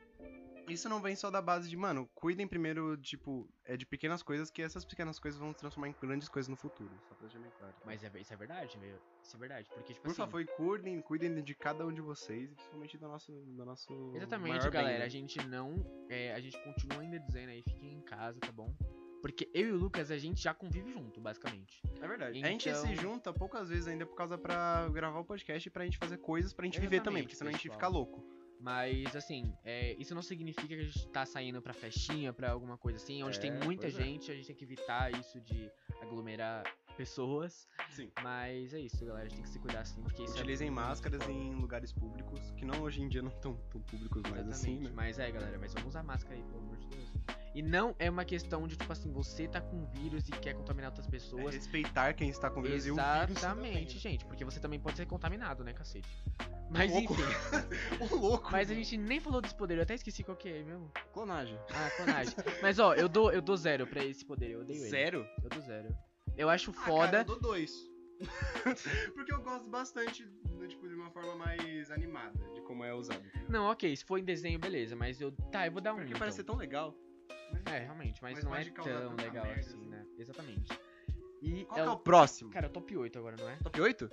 isso não vem só da base de, mano, cuidem primeiro, tipo, é de pequenas coisas que essas pequenas coisas vão se transformar em grandes coisas no futuro. Só pra deixar bem claro. Mas é, isso é verdade, meu. Isso é verdade, porque, tipo Por assim... favor, cuidem, cuidem de cada um de vocês, e principalmente do nosso. Do nosso Exatamente, maior bem, galera. né? A gente não. é, a gente continua ainda dizendo aí, fiquem em casa, tá bom? Porque eu e o Lucas, a gente já convive junto, basicamente. É verdade. A gente Então- se junta poucas vezes ainda por causa pra gravar o podcast e pra gente fazer coisas pra gente viver também, Exatamente, porque senão a gente pessoal. fica louco. Mas, assim, é, isso não significa que a gente tá saindo pra festinha, pra alguma coisa assim, onde É, tem muita pois é. gente, a gente tem que evitar isso de aglomerar pessoas. Sim. Mas é isso, galera. A gente tem que se cuidar assim, porque isso é Utilizem muito máscaras foda. em lugares públicos, que não hoje em dia não tão, tão públicos mais Exatamente. assim, né? Mas é, galera, mas vamos usar máscara aí, pelo amor de Deus. E não é uma questão de, tipo assim, você tá com vírus e quer contaminar outras É pessoas. respeitar quem está com vírus né? Exatamente, gente, porque você também pode ser contaminado, né, cacete? Mas Louco. enfim, e o vírus. Ô, louco! mas a gente nem falou desse poder, eu até esqueci qual que é mesmo. Clonagem. Ah, clonagem. mas ó, eu dou, eu dou zero pra esse poder, eu odeio Sério? ele. Eu dou zero. Eu acho Ah, cara, foda. eu dou dois. Porque eu gosto bastante, do, tipo, de uma forma mais animada, de como é usado. Porque Não, ok, se for em desenho, beleza, mas eu. Tá, eu vou dar um. então. parece ser tão legal. É, realmente, mas, Mas não é pode causar tão tanta legal merda, assim, assim. né? Exatamente. E Qual é que é o. o próximo? Cara, é o top 8 agora, não é? Top 8? Eu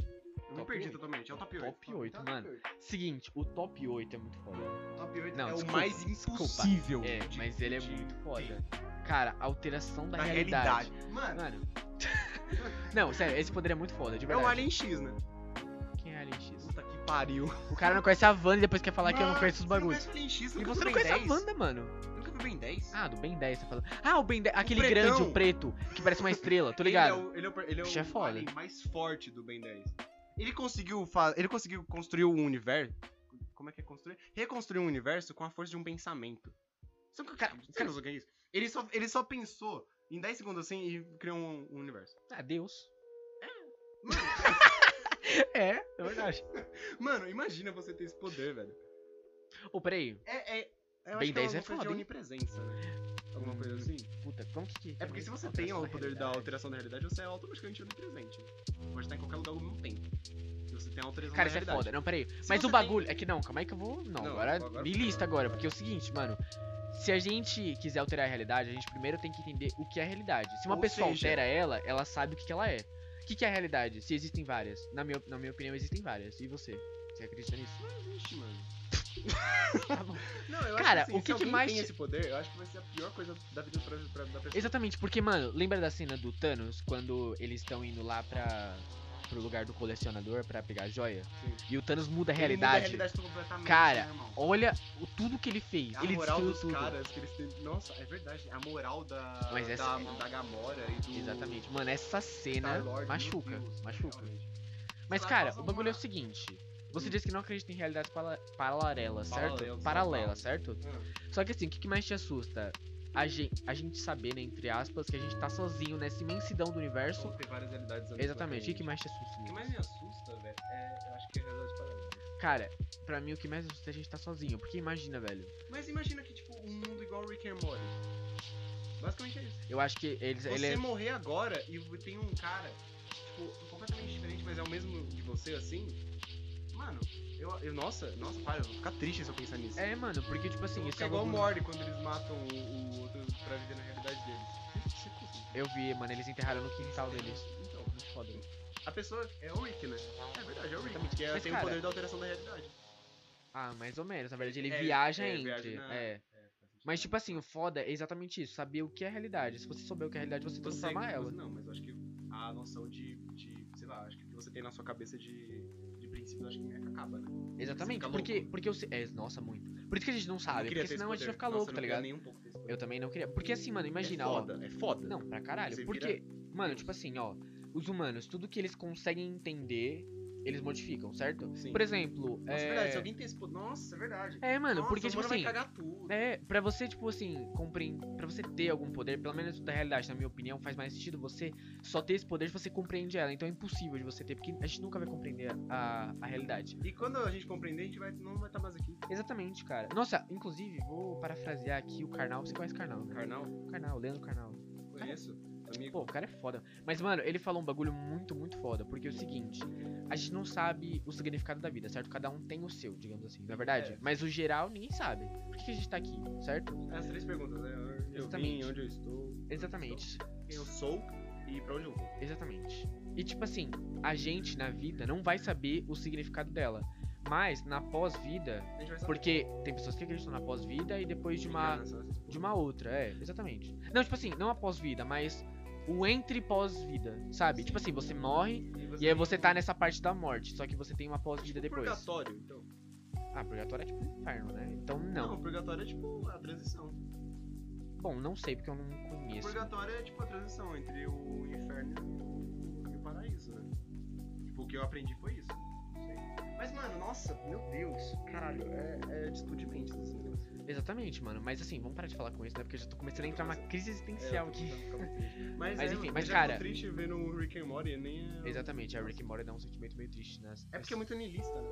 me Top perdi oito. totalmente, é o top 8. Top oito, mano. Seguinte, o top 8 é muito foda. Top 8 Não, é desculpa, o mais desculpa. impossível. É, de- mas ele é de- muito foda. Cara, alteração da Na realidade. realidade. Mano, Mano. não, sério, esse poder é muito foda, de é um verdade. Alien X, né? Quem é Alien X? Puta que pariu. O cara não conhece a Wanda e depois quer falar que eu não Mano, conheço os você não bagulhos. conhece o Alien X, E nunca você viu não Ben conhece a 10? Wanda, mano. Nunca viu Ben 10? Ah, do Ben 10 você tá falando. Ah, o Ben 10, aquele pretão. grande, o preto, que parece uma estrela, tô Ele ligado? é o- Ele é o, ele é o Bicho é foda. alien mais forte do Ben 10. Ele conseguiu, fa- ele conseguiu construir o universo. Como é que é construir? Reconstruir um universo com a força de um pensamento. Só que o cara, você não sabe o que é isso? Ele só, ele só pensou em 10 segundos assim e criou um, um universo. Ah, Deus. Mano, É, é verdade. mano, imagina você ter esse poder, velho. Ô, peraí. É. é eu acho Ben que 10 é alguma coisa de foda, hein? onipresença, né? Alguma coisa Hum. assim. Puta, como que. que- É porque se você alteração tem o da poder da realidade? alteração da realidade, você é automaticamente onipresente. né? Pode estar em qualquer lugar ao mesmo tempo. Se você tem a alteração da Cara, isso é realidade. foda. Não, peraí. Se Mas você o bagulho. É que não, calma aí que eu vou. Não, Não, agora, agora- Me lista agora, porque é o seguinte, mano. Se a gente quiser alterar a realidade, a gente primeiro tem que entender o que é a realidade. Se uma Ou pessoa seja- altera ela, ela sabe o que, que ela é. O que, que é a realidade? Se existem várias. Na minha, na minha opinião, existem várias. E você? Você acredita nisso? Não existe, mano. Tá bom. Não, eu Cara, acho que, assim, o que se que alguém mais tem te- esse poder, eu acho que vai ser a pior coisa da vida pra, pra, da pessoa. Exatamente, porque, mano, lembra da cena do Thanos quando eles estão indo lá pra. pro lugar do colecionador pra pegar a joia? Sim. E o Thanos muda a Ele muda realidade. completamente, Cara, né, irmão? Olha o, tudo que ele fez. a ele moral destruiu dos tudo. caras que eles têm. Nossa, é verdade. A moral da, Mas essa- é da, da Gamora e do. Exatamente. Mano, essa cena Star-Lord, machuca. Tá, meu Deus, Tá machuca. realmente. Mas, Sei lá, cara, faz o bagulho é o uma- seguinte. Você Hum. disse que não acredita em realidades pala- paralelas, certo? Paralelas, Paralela, normal. certo? Ah, Só que assim, o que, que mais te assusta? A gente, a gente saber, né, entre aspas, que a gente tá sozinho nessa imensidão do universo. ou tem várias realidades antes Exatamente. O que, da que mais te assusta? gente. O que nisso? mais me assusta, velho, é. Eu acho que é a realidade paralela. Cara, pra mim o que mais assusta é a gente tá sozinho. Porque imagina, velho. Mas imagina que, tipo, um mundo igual o Rick and Morty. Basicamente é isso. Eu acho que eles. Você Ele é... morrer agora e tem um cara, tipo, completamente diferente, mas é o mesmo de você, assim. Mano, eu. eu- nossa, nossa, para, eu vou ficar triste se eu pensar nisso. é, mano, porque tipo assim, isso Porque é é um igual o bagulho- Morty quando eles matam o, o outro pra viver na realidade deles. Eu vi, mano, eles enterraram no quintal deles. Então, Muito foda. a pessoa é o Rick, né? É verdade, é o Rick. Exatamente. Que é, Mas, tem cara- o poder da alteração da realidade. Ah, mais ou menos. Na verdade, ele É, viaja é, entre. viaja na- É. Mas, tipo assim, o foda é exatamente isso. Saber o que é a realidade. Se você souber o que é a realidade, você você, transforma ela. Não, mas eu acho que a noção de, de. Sei lá, acho que o que você tem na sua cabeça de, de princípio, acho que é que acaba, né? Exatamente. fica Porque, louco. porque eu sei. É, nossa, muito. Por isso que a gente não Eu não queria sabe. porque ter esse senão a gente poder. vai ficar Nossa, louco, eu tá não queria ligado? nem um pouco ter esse poder. Eu também não queria. Porque assim, mano, imagina, é ó. foda, é foda. Não, pra caralho. Você Porque, mano, tipo assim, ó, os humanos, tudo que eles conseguem entender, eles modificam, certo? Sim. Por exemplo, Nossa, é é... verdade, se alguém tem esse poder. Nossa, é verdade. é, mano, Nossa, porque o tipo humano vai assim, cagar tudo. é, pra você, tipo assim, compreender, pra você ter algum poder, pelo menos da realidade, na minha opinião, faz mais sentido você só ter esse poder se você compreende ela. Então é impossível de você ter, porque a gente nunca vai compreender a, a realidade. E quando a gente compreender, a gente vai, não vai estar mais aqui. Exatamente, cara. Nossa, inclusive, vou parafrasear aqui o Karnal. Você conhece o Karnal, né? Carnal, O Karnal, Leandro Karnal. conheço. Amigo. Pô, o cara é foda. Mas, mano, ele falou um bagulho muito, muito foda. Porque é o seguinte: a gente não sabe o significado da vida, certo? Cada um tem o seu, digamos assim, na verdade. É. Mas o geral, ninguém sabe. Por que, que a gente tá aqui, certo? As três perguntas, né? Eu- Eu vim, Exatamente. onde eu estou. onde eu estou, Exatamente. Quem eu sou e pra onde eu vou. Exatamente. E, tipo assim, a gente na vida não vai saber o significado dela. Mas na pós-vida, A gente vai saber. porque tem pessoas que acreditam na pós-vida e depois de uma né? De uma outra, é, exatamente. Não, tipo assim, não a pós-vida, mas o entre pós-vida, sabe? Tipo assim, você morre e aí você tá nessa parte da morte, só que você tem uma pós-vida depois. Purgatório, então. Ah, purgatório é tipo um inferno, né? Então não. purgatório é tipo a transição. Bom, não sei porque eu não conheço. Purgatório é tipo a transição entre o inferno e o- e o paraíso, né? Tipo, o que eu aprendi foi isso. Não sei. Mas, mano, nossa, meu Deus, caralho, é, é de explodir mentes esse negócio. Exatamente, mano. Mas assim, vamos parar de falar com isso, né? Porque eu já tô começando a entrar numa crise É, eu existencial tô aqui. ficando- ficando triste. Mas, Mas é, enfim, mano, mas, eu já cara- Tô triste vendo o Rick and Morty, nem é... Exatamente, a Rick Mora dá um sentimento meio triste, né? É porque é muito niilista, né?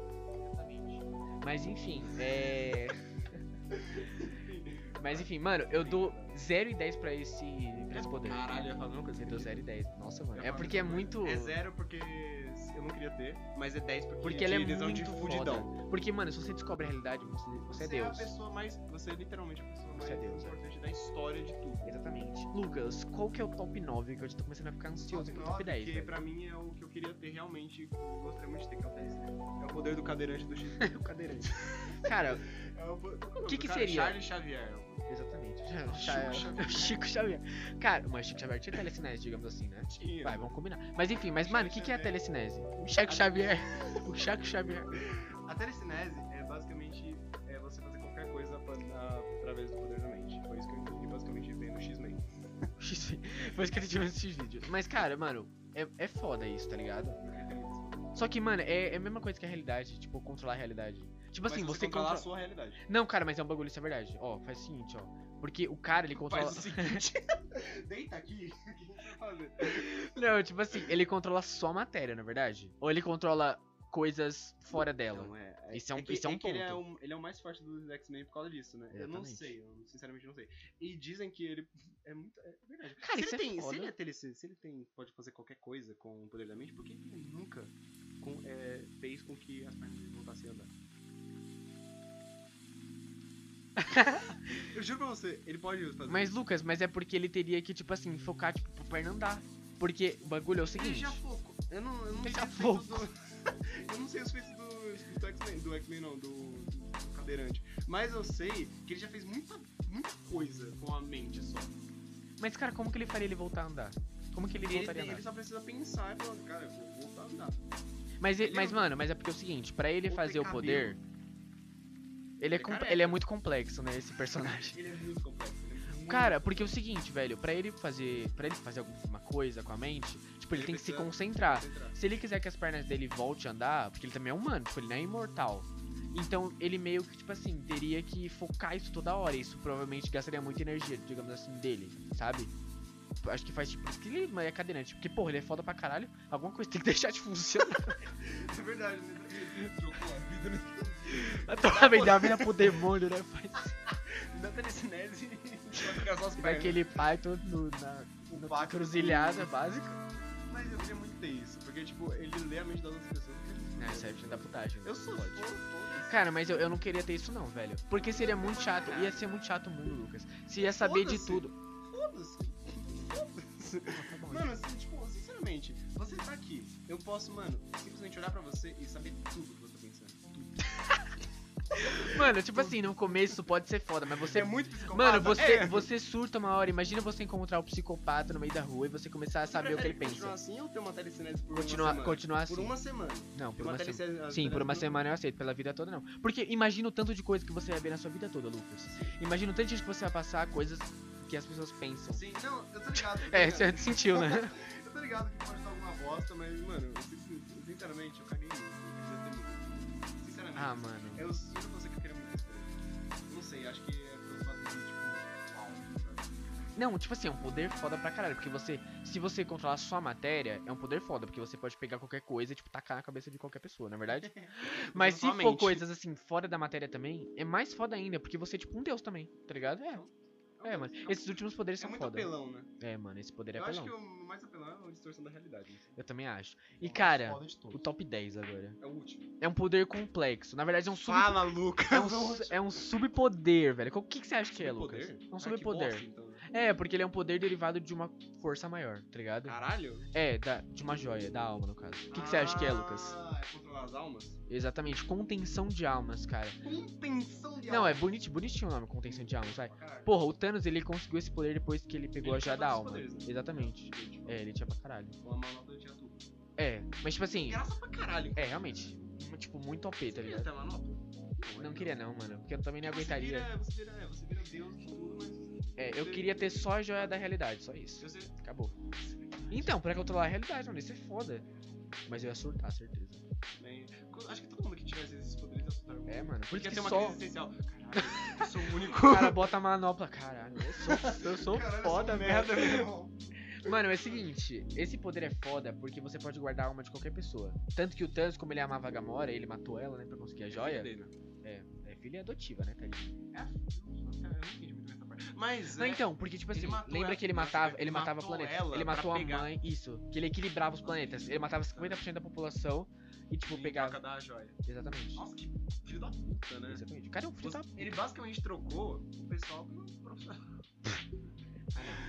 Mas enfim, é. Mas enfim, mano, eu dou 0 e 10 pra esse, pra esse poder. Caralho, eu ia falar uma coisa. Você deu 0 e 10. Nossa, Eu mano. ia É falar porque é uma coisa. muito. É zero porque eu não queria ter, mas é 10 porque, Porque ela é tinha visão de muito fudidão. Porque, mano, se você descobre a realidade, você, você é Deus. a pessoa mais. Você é literalmente a pessoa mais Você é Deus, é. importante da história de tudo. Exatamente. Lucas, qual que é o top 9? Que eu já tô começando a ficar ansioso pro top Nove, 10. Que velho. pra mim é o que eu queria ter realmente. eu Gostaria muito de ter, que é o 10. É o poder do cadeirante do X. o cadeirante. Cara, É o po- Qual é o nome Que do que cara? seria? Charles Xavier. Exatamente. É, Chico Chico, Chico Xavier. Cara, mas Chico Xavier tinha telecinese, digamos assim, né? Tinha. Vai, vamos combinar. Mas enfim, mas mano, o que, que é a telecinese? O Chico Xavier. O Chico Xavier. A telecinese é basicamente é você fazer qualquer coisa pra- na- através do poder da mente. Foi isso que eu entendi basicamente bem no X-Men. Tipo X- Foi esqueci de ver esses vídeos. Mas, cara, mano, é, é foda isso, tá ligado? Só que, mano, é, é a mesma coisa que a realidade, tipo, controlar a realidade. Tipo assim, Mas você, controlar controla. a sua realidade. Não, cara, mas é um bagulho, isso é verdade. Ó, faz o seguinte, ó. Porque o cara, ele controla. Faz o seguinte. Deita aqui. O que a gente vai fazer? Não, tipo assim, ele controla só a matéria, na é verdade? Ou ele controla coisas fora dela? Então, é, Esse é um- que- esse é um que Ele é, ponto. um- ele é o mais forte dos X-Men por causa disso, né? Eu não Exatamente. sei, eu sinceramente não sei. E dizem que ele é muito. É verdade. Cara, se isso é ele tem, foda. Se ele é telecine- se ele tem, pode fazer qualquer coisa com o poder da mente, por que ele nunca com- é, fez com que as pernas dele voltassem a andar? eu juro pra você, ele pode fazer. Mas, Lucas, mas é porque ele teria que, tipo assim, focar, tipo, pro perna andar. Porque o bagulho é o ele seguinte. já foco. Eu não, eu não Ele sei já os feitos do- eu não sei os feitos do, do X-Men, do X-Men não, do, do cadeirante. Mas eu sei que ele já fez muita, muita coisa com a mente só. Mas, cara, como que ele faria ele voltar a andar? Como que ele, Ele, voltaria tem- a andar? ele só precisa pensar e falar, cara, eu vou voltar a andar. Mas, ele- ele é mas um- mano, mas é porque é o seguinte, pra ele Ou fazer tem o poder. Ele é, é com- careca. ele é muito complexo, né, esse personagem. Ele é muito complexo. Ele é muito- Cara, porque é o seguinte, velho, pra ele fazer. para ele fazer alguma coisa com a mente, tipo, ele, Ele tem que se precisa- concentrar. concentrar. Se ele quiser que as pernas dele volte a andar, porque ele também é humano, tipo, ele não é imortal. Então ele meio que, tipo assim, teria que focar isso toda hora. e Isso provavelmente gastaria muita energia, digamos assim, dele, sabe? Acho que faz tipo isso que ele mas é cadeirante. Porque, porra, ele é foda pra caralho. Alguma coisa tem que deixar de funcionar. É verdade, ele trocou a vida no- Tá vendo a vida pro demônio, né? Faz da telecinese e vai ficar só as vai pernas. aquele Python no, na O no Paco- cruzilhada básica. Mas eu queria muito ter isso, porque, tipo, ele lê a mente das outras pessoas. Não, isso aí é filho da putagem. né? Eu sou Não pode. foda. Cara, mas eu, eu não queria ter isso não, velho. Porque seria muito chato. Ia ser muito chato o mundo, Lucas. Se ia saber de Foda-se. tudo. Foda-se. Foda-se. Tá bom, Mano, assim, tipo, sinceramente, você tá aqui, eu posso, mano, simplesmente olhar pra você e saber tudo que você tá pensando. Mano, tipo assim, no começo pode ser foda, mas você. É muito psicopata. Mano, você, É. você surta uma hora. Imagina você encontrar o psicopata no meio da rua e você começar a É, Você saber o que prefere ele Continuar pensa. assim ou ter uma telecinese por uma Continuar semana? continuar assim. Por uma semana. Não, Ter por uma semana. telecinese- Sim, por uma telecinese- semana eu aceito, pela vida toda não. Porque imagina o tanto de coisa que você vai ver na sua vida toda, Lucas. Imagina o tanto de gente que você vai passar coisas que as pessoas pensam. Sim, não, eu tô ligado. eu tô É, ligado. você sentiu, né? Eu tô ligado que pode dar alguma bosta, mas, mano, eu sin- sinceramente, eu caguei muito. Eu queria ter muito. Sinceramente. Ah, mano. Eu juro pra você que eu queria muito esse poder. Não sei, acho que é pelo fato de, tipo, uau, sabe? Não, tipo assim, é um poder foda pra caralho. Porque você, se você controlar só a matéria, é um poder foda. Porque você pode pegar qualquer coisa e, tipo, tacar na cabeça de qualquer pessoa, na é verdade? Mas se for Novamente. coisas assim, fora da matéria também, é mais foda ainda. Porque você é, tipo, um deus também, tá ligado? É. É, mano. Esses últimos poderes um É são muito foda. apelão, né? É, mano, esse poder é Eu acho apelão. que Eu... o mais apelão é a distorção da realidade. né? também É acho. E, o mais cara, foda de todos. o top 10 agora. É o último. É um poder complexo. Na verdade, é um sub... Lucas! É um, su- é um subpoder, velho. O que, que você acha que é, Lucas? Superpoder? É um Ah, que bosta, subpoder. então, né? É, porque ele é um poder derivado de uma força maior, tá Ah, ligado? Caralho? O É, da- de uma joia, da alma, no caso. O que, que você acha que é, Lucas? Ah, é controlar as almas? Exatamente, contenção de almas, cara. Contenção de Não, é almas. bonito, bonitinho o nome, contenção de almas, vai. Caralho. Porra, o Thanos ele conseguiu esse poder depois que ele pegou Ele a tinha joia da todos os alma. poderes, né? Exatamente. Tipo, É, ele tinha pra caralho. Com a mão na tinha tudo. É, mas tipo assim, Graça pra caralho. é realmente, mu- tipo, muito OP, tá Você queria ligado? ter a manopla? Não queria não, mano, porque eu também nem Você aguentaria. vira- Você vira, é, você vira Deus de tudo, mas. É, eu queria ter só a joia da realidade, só isso. Eu sei- Acabou. Então, pra controlar a realidade, mano, isso é foda. Mas eu ia surtar, certeza. Bem, co- Acho que todo mundo que tivesse esses poderes ia soltar um. É, mano, por isso Porque que tem uma só crise existencial. Caralho, eu sou o único. o cara bota a manopla, caralho. Eu sou, eu sou Caralho, eu sou foda, um velho. merda, meu irmão. Mano, é o seguinte, esse poder é foda porque você pode guardar a alma de qualquer pessoa. Tanto que o Thanos, como ele amava a Gamora, ele matou ela, né, pra conseguir a joia. É, é filha adotiva, né, tadinho? É, eu não entendi muito bem essa parte. Mas. Não, é, então, porque, tipo Ele assim, matou lembra ela- que ele nossa, matava, velho, ele matava matou planetas. ela ele pra matou a pegar. mãe, isso. Que ele equilibrava os planetas. Ele matava 50% da população e, tipo, em pegava. troca da joia. Exatamente. Nossa, que filho da puta, né? Exatamente. O cara é um filho da. Ele basicamente trocou o pessoal pelo profissional.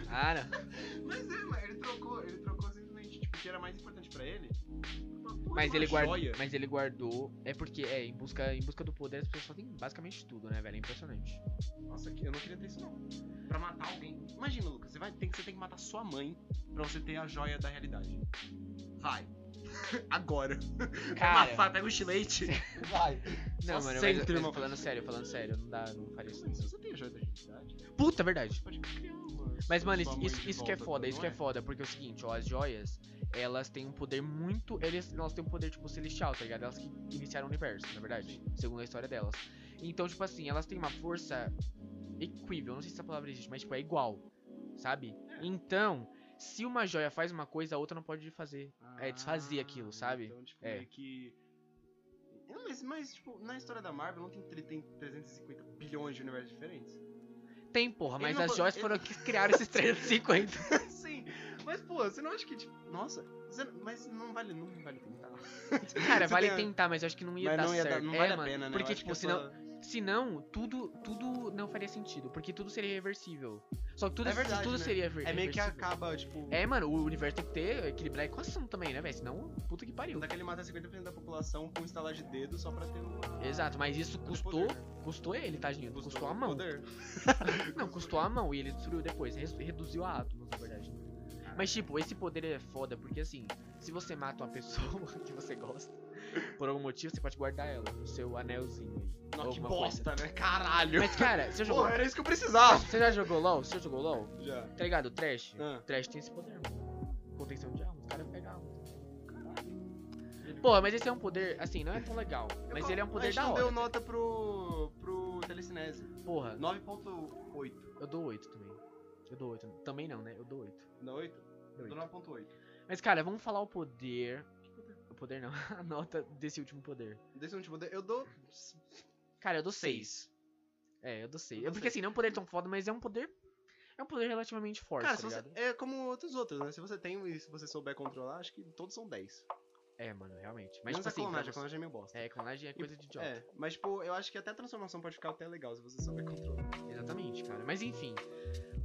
Ah, não. ah, Mas é, mano, ele trocou, ele trocou simplesmente, tipo, o que era mais importante pra ele, uma porra Mas de ele, uma guard... joia. Mas ele guardou. É porque, é, em busca, em busca do poder, as pessoas têm basicamente tudo, né, velho? É impressionante. Nossa, que- eu não queria ter isso não. Pra matar alguém. Imagina, Lucas, você, vai, tem, que- você tem que matar sua mãe pra você ter a joia da realidade. Vai. Agora. Uma faca, pega o estilete. Vai. não, só mano, sempre, mas, irmão. mas falando sério, falando sério, não dá, não faria isso. É Se você tem a joia da realidade, Puta, verdade. você pode criar uma. É, Mas, mano, sua isso, mãe isso, de isso que é volta, foda, isso não que é foda, porque é o seguinte, ó, as joias, elas têm um poder muito. Eles, elas têm um poder, tipo, celestial, tá ligado? Elas que iniciaram o universo, na verdade, segundo a história delas. Então, tipo assim, elas têm uma força equível, não sei se essa palavra existe, mas, tipo, é igual, sabe? É. Então, se uma joia faz uma coisa, a outra não pode fazer. É, desfazia aquilo, sabe? Então, tipo, É. meio que. Não, Mas, mas, tipo, na história da Marvel não tem, tre- tem 350 bilhões de universos diferentes? Tem, porra, Ele mas não as po- joias ele- foram que criaram esses 350. Sim, mas, pô, você não acha que, tipo, nossa, você não- mas não vale, não vale tentar. Cara, Você vale tem a- tentar, mas eu acho que não ia Mas dar não ia certo. dar, não É, vale a mano, pena, né? Eu Porque, acho que tipo, é senão, só- Senão, tudo, tudo não faria sentido, porque tudo seria reversível. Só que tudo, É verdade, tudo né? seria ver- É meio que reversível. acaba, tipo. É, mano, o universo tem que ter equilibrar a equação também, né, velho? Senão, puta que pariu. Daquele mata 50% da população com um estalar de dedo só pra ter um. Exato, mas isso ter custou, poder. né? custou ele, tadinho. Custou, a mão. Poder. Não, custou a mão e ele destruiu depois, res- reduziu a átomos, na verdade. né? Ah. Mas, tipo, esse poder é foda, porque assim, se você mata uma pessoa que você gosta, por algum motivo, você pode guardar ela no seu anelzinho aí. Nossa, que alguma coisa. bosta, né? Caralho. Mas, cara, você jogou. Porra, era isso que eu precisava. Você já jogou LOL? Você já jogou LOL? Já. Tá ligado? O Trash? Ah. Trash tem esse poder, mano. Contenção de alma, os caras pegam alma. Porra, mas esse é um poder, assim, não é tão legal. Mas ele é um a poder gente da não hora. deu nota pro. pro Telecinese. Porra, 9.8. eu dou 8 também. Eu dou 8. Também não, né? Eu dou 8. Não, 8? Dou Eu dou oito. 9.8. Mas, cara, vamos falar o poder. O poder não, a nota desse último poder. Desse último poder, eu dou. Cara, eu dou 6. É, eu dou 6. Eu dou Porque seis. assim, não é um poder tão foda, mas é um poder. É um poder relativamente forte, Cara, tá se você- ligado? é como outros outros, né? Se você tem e se você souber controlar, acho que todos são 10. É, mano, realmente. Mas, Menos tipo a assim, pra clonagem, a você- clonagem é meio bosta. É, clonagem é coisa de idiota. É, mas tipo, eu acho que até a transformação pode ficar até legal se você souber controlar. Exatamente, cara. Mas enfim.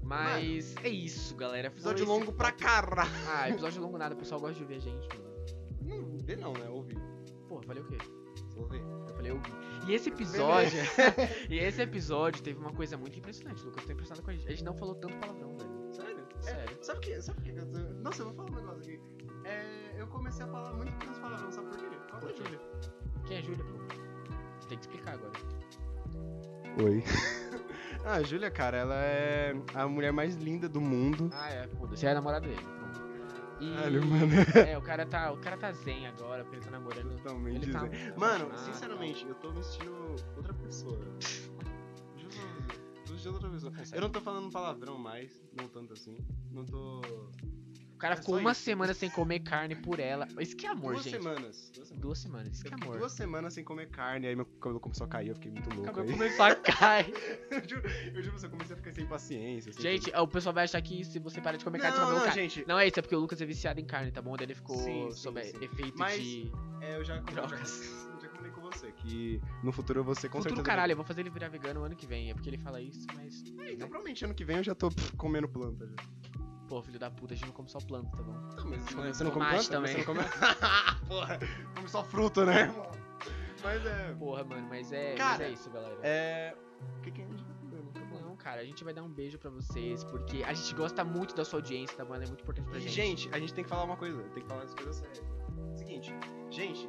Mas é isso, galera. Foi Episódio esse- longo pra caralho. Ah, episódio longo nada, o pessoal gosta de ouvir a gente, mano. Não, vê não, né? Ouvi. Pô, eu falei o quê? Vou ver. Eu falei ouvir. E esse episódio. e esse episódio teve uma coisa muito impressionante, Lucas. Eu tô impressionado com a gente. A gente não falou tanto palavrão, velho. Sério? Sério. É, sabe o que? Sabe o que? eu tô- Nossa, eu vou falar um negócio aqui. É, eu comecei a falar muito menos palavrão, sabe por quê? Por causa da Por quê? Júlia. Quem é Júlia, pô? Tem que explicar agora. Oi. ah, a Júlia, cara, ela é a mulher mais linda do mundo. Ah, é, foda. Você é a namorada dele. pronto. E... Caralho, mano. É, o cara tá. O cara tá zen agora, porque ele tá namorando. Totalmente né? Ele tá. zen. Mano, apaixonado, sinceramente, eu tô me sentindo outra pessoa. Juro pra você, tô me sentindo outra pessoa. Consegue. Eu não tô falando palavrão mais, não tanto assim. Não tô. O cara É ficou só uma isso. semana sem comer carne por ela. Isso que é amor, duas gente. semanas. Duas semanas. Duas semanas. Isso Eu que é fiquei amor. duas semanas sem comer carne, aí meu cabelo começou a cair, eu fiquei muito louco. Acabou aí. começou a cair. eu juro, eu juro pra você, eu comecei a ficar sem paciência. assim, Gente, o pessoal vai achar que se você parar de comer tudo. carne, você não, vai não, cai. gente. Não é isso, é porque o Lucas é viciado em carne, tá bom? Daí ele ficou Sim, sim, sob sim. efeito Mas, de. É, eu já, eu já, Drogas. eu já comentei com você que no futuro você com Futuro certeza. caralho, eu vou fazer ele virar vegano ano que vem. É porque ele fala isso, mas. É, então provavelmente ano que vem eu já tô pff, comendo planta. Já. Pô, filho da puta, a gente não come só planta, tá bom? Tá, mas Comendo você não come tomate planta? também. Você não come... Porra, come só fruta, né? Mas é... Porra, mano, mas é, Cara, mas é isso, galera. É... O que que a gente tá comendo? Tá bom. Não, cara, a gente vai dar um beijo pra vocês, porque a gente gosta muito da sua audiência, tá bom? Ela é muito importante pra E, gente. Gente, a gente tem que falar uma coisa. Tem que falar as coisas sérias. Seguinte, gente...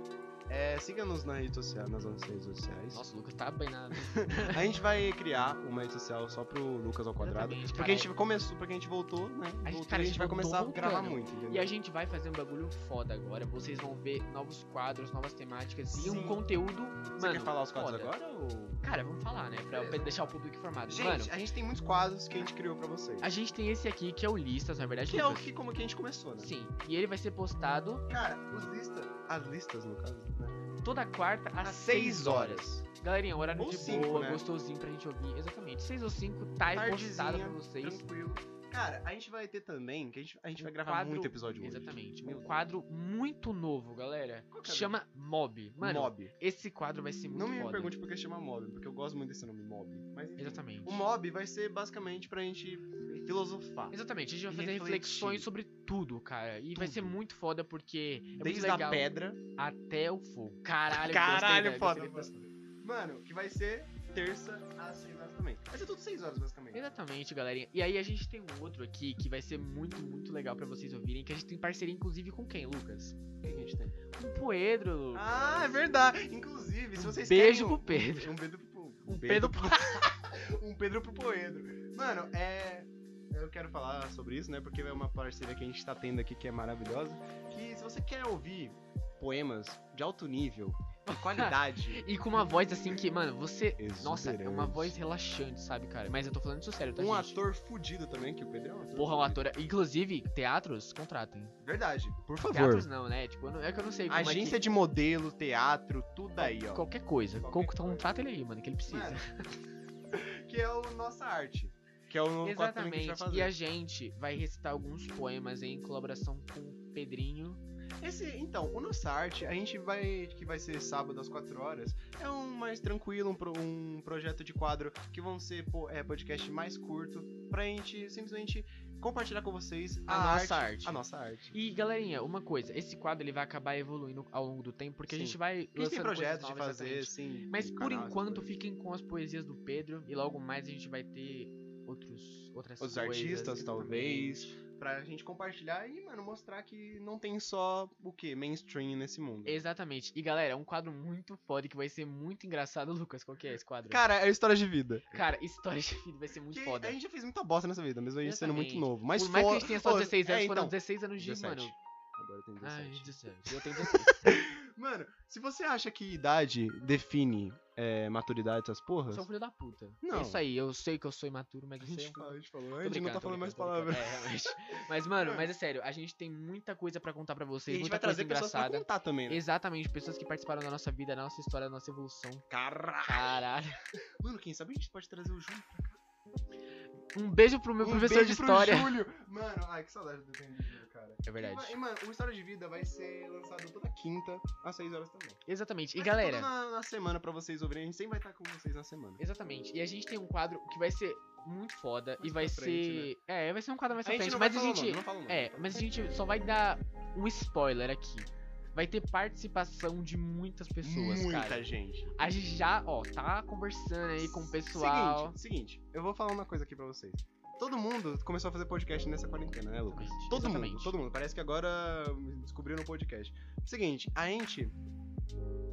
É, Siga-nos na rede social, nas nossas redes sociais. Nossa, o Lucas tá banado. A gente vai criar uma rede social só pro Lucas ao quadrado. Exatamente, Porque a cara. é- gente começou, porque a gente voltou, né? A gente- Voltou, e cara, a a gente gente vai voltou começar a gravar voltando. muito, entendeu? E a gente vai fazer um bagulho foda agora. Vocês vão ver novos quadros, novas temáticas e um Sim. conteúdo. Você mano, quer falar os quadros foda. agora ou... Cara, vamos falar, né? Pra Beleza. deixar o público informado. Gente, Mano, a gente tem muitos quadros que a gente criou pra vocês. a gente tem esse aqui que é o Listas, na verdade. Que é o Lucas. que, como que a gente começou, né? Sim. E ele vai ser postado Cara, os listas. As listas, no caso, né? toda quarta às Às 6 seis horas. Galerinha, um horário Ou de cinco, boa, né? gostosinho pra gente ouvir. Exatamente. 6 ou 5 tá aí postado Tardezinha, pra vocês. Tranquilo. Cara, a gente vai ter também, que a gente, a gente Um vai gravar quadro- muito episódio hoje. Exatamente. Meu Um quadro muito novo, galera. Qual que é o Chama Mob. Mano, Mob. esse quadro vai ser muito Não me foda. pergunte por é que chama Mob, porque eu gosto muito desse nome, Mob. Mas enfim. Exatamente. O Mob vai ser basicamente pra gente filosofar. Exatamente, a gente E vai fazer refletir. reflexões sobre tudo, cara. E vai ser Tudo. muito foda porque é Desde muito a legal pedra. até o fogo. Caralho, Caralho, gostei, velho, foda, gostei bastante. Mano, que vai ser terça às 6 horas também. Vai ser tudo 6 horas, basicamente. Exatamente, galerinha. E aí a gente tem um outro aqui que vai ser muito, muito legal pra vocês ouvirem, que a gente tem parceria inclusive com quem, Lucas? O que a gente tem? Com o Pedro, Lucas. Ah, é verdade. Inclusive, se vocês Beijo querem... pro Pedro. Um Pedro pro... Um Pedro pro... um Pedro pro Poedro. Mano, é... Eu quero falar sobre isso, né? Porque é uma parceria que a gente tá tendo aqui que é maravilhosa. Que se você quer ouvir poemas de alto nível, de qualidade... E com uma voz assim que, mano, você. Nossa, é exuberante, uma voz relaxante, sabe, cara? Mas eu tô falando isso sério, tá, Um gente? ator fudido também, que o Pedro é um ator. Porra, um fudido. ator. Inclusive, teatros, contratem. Verdade, por Teatros não, né? Tipo, eu não- é que eu não sei como é que... Agência de modelo, teatro, tudo aí, ó. Qualquer coisa. tá Qualquer Qualquer coisa. É, Contrata um ele aí, mano, que ele precisa. Mano, que é o Nossa Arte. Que é o novo quadro que a gente vai Exatamente. fazer. E a gente vai recitar alguns poemas em colaboração com o Pedrinho. Esse, então, o Nossa Arte, a gente vai. que vai ser sábado às 4 horas. É um mais tranquilo, um, pro- um projeto de quadro que vão ser po- é, podcast mais curto. Pra gente simplesmente compartilhar com vocês a, A nossa arte. A nossa arte. E galerinha, uma coisa, esse quadro ele vai acabar evoluindo ao longo do tempo, porque Sim. a gente vai. A gente tem lançando coisas projetos de novas, fazer, exatamente. sim. Mas um por canal, essas enquanto coisas. fiquem com as poesias do Pedro e logo mais a gente vai ter outros outras Os coisas, artistas, exatamente. talvez. Pra gente compartilhar e, mano, mostrar que não tem só o que? Mainstream nesse mundo. Exatamente. E galera, é um quadro muito foda que vai ser muito engraçado, Lucas. Qual que é esse quadro? Cara, é história de vida. Cara, história de vida vai ser muito Que foda. A gente já fez muita bosta nessa vida, mesmo a gente sendo muito Exatamente. novo. Mas Por mais que a fo- gente tenha só Ô, 16 anos, é, foram então, 16 anos de, 17. mano. Agora eu tenho Ai, 17. 17. Eu tenho 16. Mano, se você acha que idade define é, maturidade essas porras. Sou um filho da puta. Não. É isso aí, eu sei que eu sou imaturo, mas A eu sei. gente, um- fala- a gente falou Tô antes, não brincando, tá tô falando mais brincando, tô palavras. brincando. É, realmente. Mas, mano, mas é sério, a gente tem muita coisa pra contar pra E a vocês, gente vai muita trazer coisa pessoas pra engraçada. contar também, né? Exatamente, pessoas que participaram da nossa vida, da nossa história, da nossa evolução. Caralho. Caralho. Mano, quem sabe a gente pode trazer o Júlio. Um beijo pro meu Um professor de beijo pro história. Júlio. Mano, ai, que saudade do tempo, cara. É E, verdade. mano, o História de Vida vai ser lançado toda quinta, às 6 horas também. Exatamente. E Vai ser galera, tudo na, na semana pra vocês ouvirem, a gente sempre vai estar com vocês na semana. exatamente. E a gente tem um quadro que vai ser muito foda e Mais vai pra frente, né? ser. É, vai ser um quadro mais pra frente, não mas vai a falar o gente. nome, não fala o nome. É, mas a gente só vai dar um spoiler aqui. Vai ter participação de muitas pessoas, Muita cara. gente. A gente já, ó, tá conversando aí com o pessoal. Seguinte, seguinte, eu vou falar uma coisa aqui pra vocês. Todo mundo começou a fazer podcast nessa quarentena, né, Lucas? Exatamente, Todo mundo, exatamente. todo mundo. Parece que agora descobriram o podcast. Seguinte, a gente.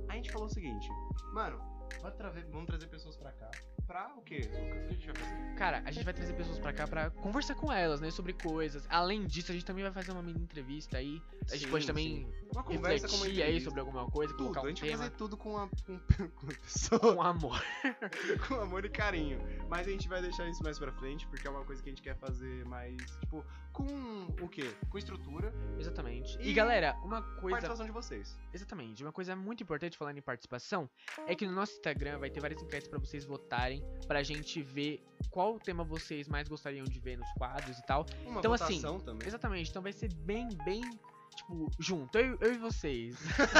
A gente falou o seguinte, mano, bora trazer- vamos trazer pessoas pra cá. Pra o quê, Lucas? O que a gente vai fazer? Cara, a gente vai trazer pessoas pra cá pra conversar com elas, né? Sobre coisas. Além disso, a gente também vai fazer uma mini entrevista aí. A gente Sim, pode também sim. Uma conversa com uma refletir aí entrevista. sobre alguma coisa, tudo. colocar A um gente vai tema fazer tudo com, a, com, com a pessoa. com amor. com amor e carinho. Mas a gente vai deixar isso mais pra frente, porque é uma coisa que a gente quer fazer mais, tipo, com o quê? Com estrutura Exatamente. E, E galera, uma coisa. participação de vocês. Exatamente. Uma coisa muito importante falando em participação é que no nosso Instagram vai ter várias enquetes pra vocês votarem, pra gente ver qual tema vocês mais gostariam de ver nos quadros e tal. Uma Então, assim, votação também. Exatamente, então vai ser bem, bem, tipo, junto, eu, eu e vocês.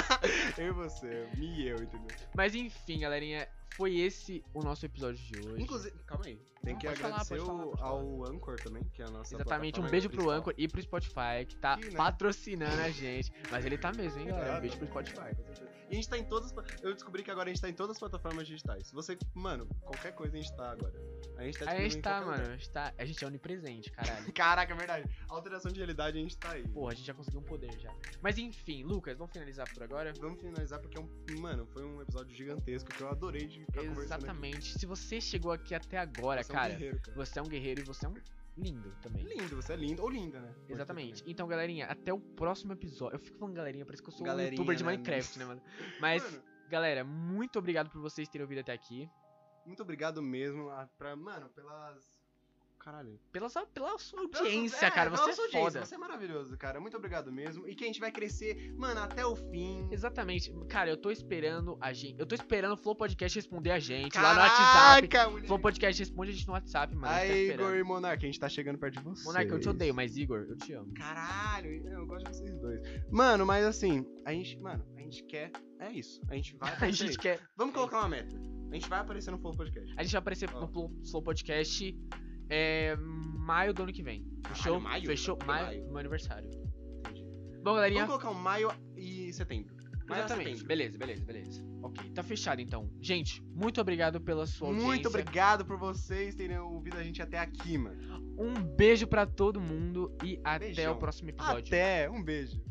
Eu e você, me e eu, entendeu? Mas enfim, galerinha, foi esse o nosso episódio de hoje. Inclusive, calma aí. Tem Não, que pode falar, agradecer pode falar, o- pode falar. ao Anchor também, que é a nossa Exatamente, um plataforma beijo pro principal. Anchor e pro Spotify, que tá Que, né? patrocinando a gente. Mas ele tá mesmo, hein, galera? Exato. Um beijo pro Spotify. com certeza. E a gente tá em todas. as pla- Eu descobri que agora a gente tá em todas as plataformas digitais. Se você. Mano, qualquer coisa a gente tá agora. A gente tá Aí disponível a gente em tá, qualquer lugar. mano, a gente, tá, a gente é onipresente, caralho. Caraca, é verdade. Alteração de realidade a gente tá aí. Porra, a gente já conseguiu um poder já. Mas enfim, Lucas, vamos finalizar por agora? Vamos finalizar porque é um. Mano, foi um episódio gigantesco que eu adorei de ficar Tá conversando. aqui. Exatamente. Se você chegou aqui até agora, Você é um cara, guerreiro, cara. você é um guerreiro e você é um lindo também. Lindo, você é lindo. Ou linda, né? Pode ser Exatamente. também. Então, galerinha, até o próximo episódio. Eu fico falando galerinha, parece que eu sou um Galerinha, youtuber de né? Minecraft, né, mano? Mas, Mano, galera, muito obrigado por vocês terem ouvido até aqui. muito obrigado mesmo a- pra. Mano, pelas. Caralho. Pela sua, pela sua Pelas suas- audiência, é, cara. pela Você sua é audiência, foda. Você é maravilhoso, cara. Muito obrigado mesmo. E que a gente vai crescer, mano, até o fim. Exatamente. Cara, eu tô esperando a gente. Eu tô esperando o Flow Podcast responder a gente lá no WhatsApp. Caraca, moleque. Flow Podcast responde a gente no WhatsApp, mano. a gente tá Aí, esperando. Igor e Monark, a gente tá chegando perto de você. Monarca, eu te odeio, mas Igor, eu te amo. Caralho, eu gosto de vocês dois. Mano, mas assim, a gente. Mano, a gente quer. É isso. A gente vai. A gente quer. Vamos colocar uma meta. A gente vai aparecer no Flow Podcast. A gente vai aparecer Ó. no Flow Flow Podcast É. Maio do ano que vem. Fechou? maio? Fechou? Por que Maio, maio? meu aniversário. Entendi. Bom, galerinha. Vamos colocar um maio e setembro. Maio a Exatamente. setembro. Beleza, beleza, beleza. Ok, tá fechado então. Gente, muito obrigado pela sua audiência. Muito obrigado por vocês terem ouvido a gente até aqui, mano. Um beijo pra todo mundo e até Beijão. o próximo episódio. Até, um beijo.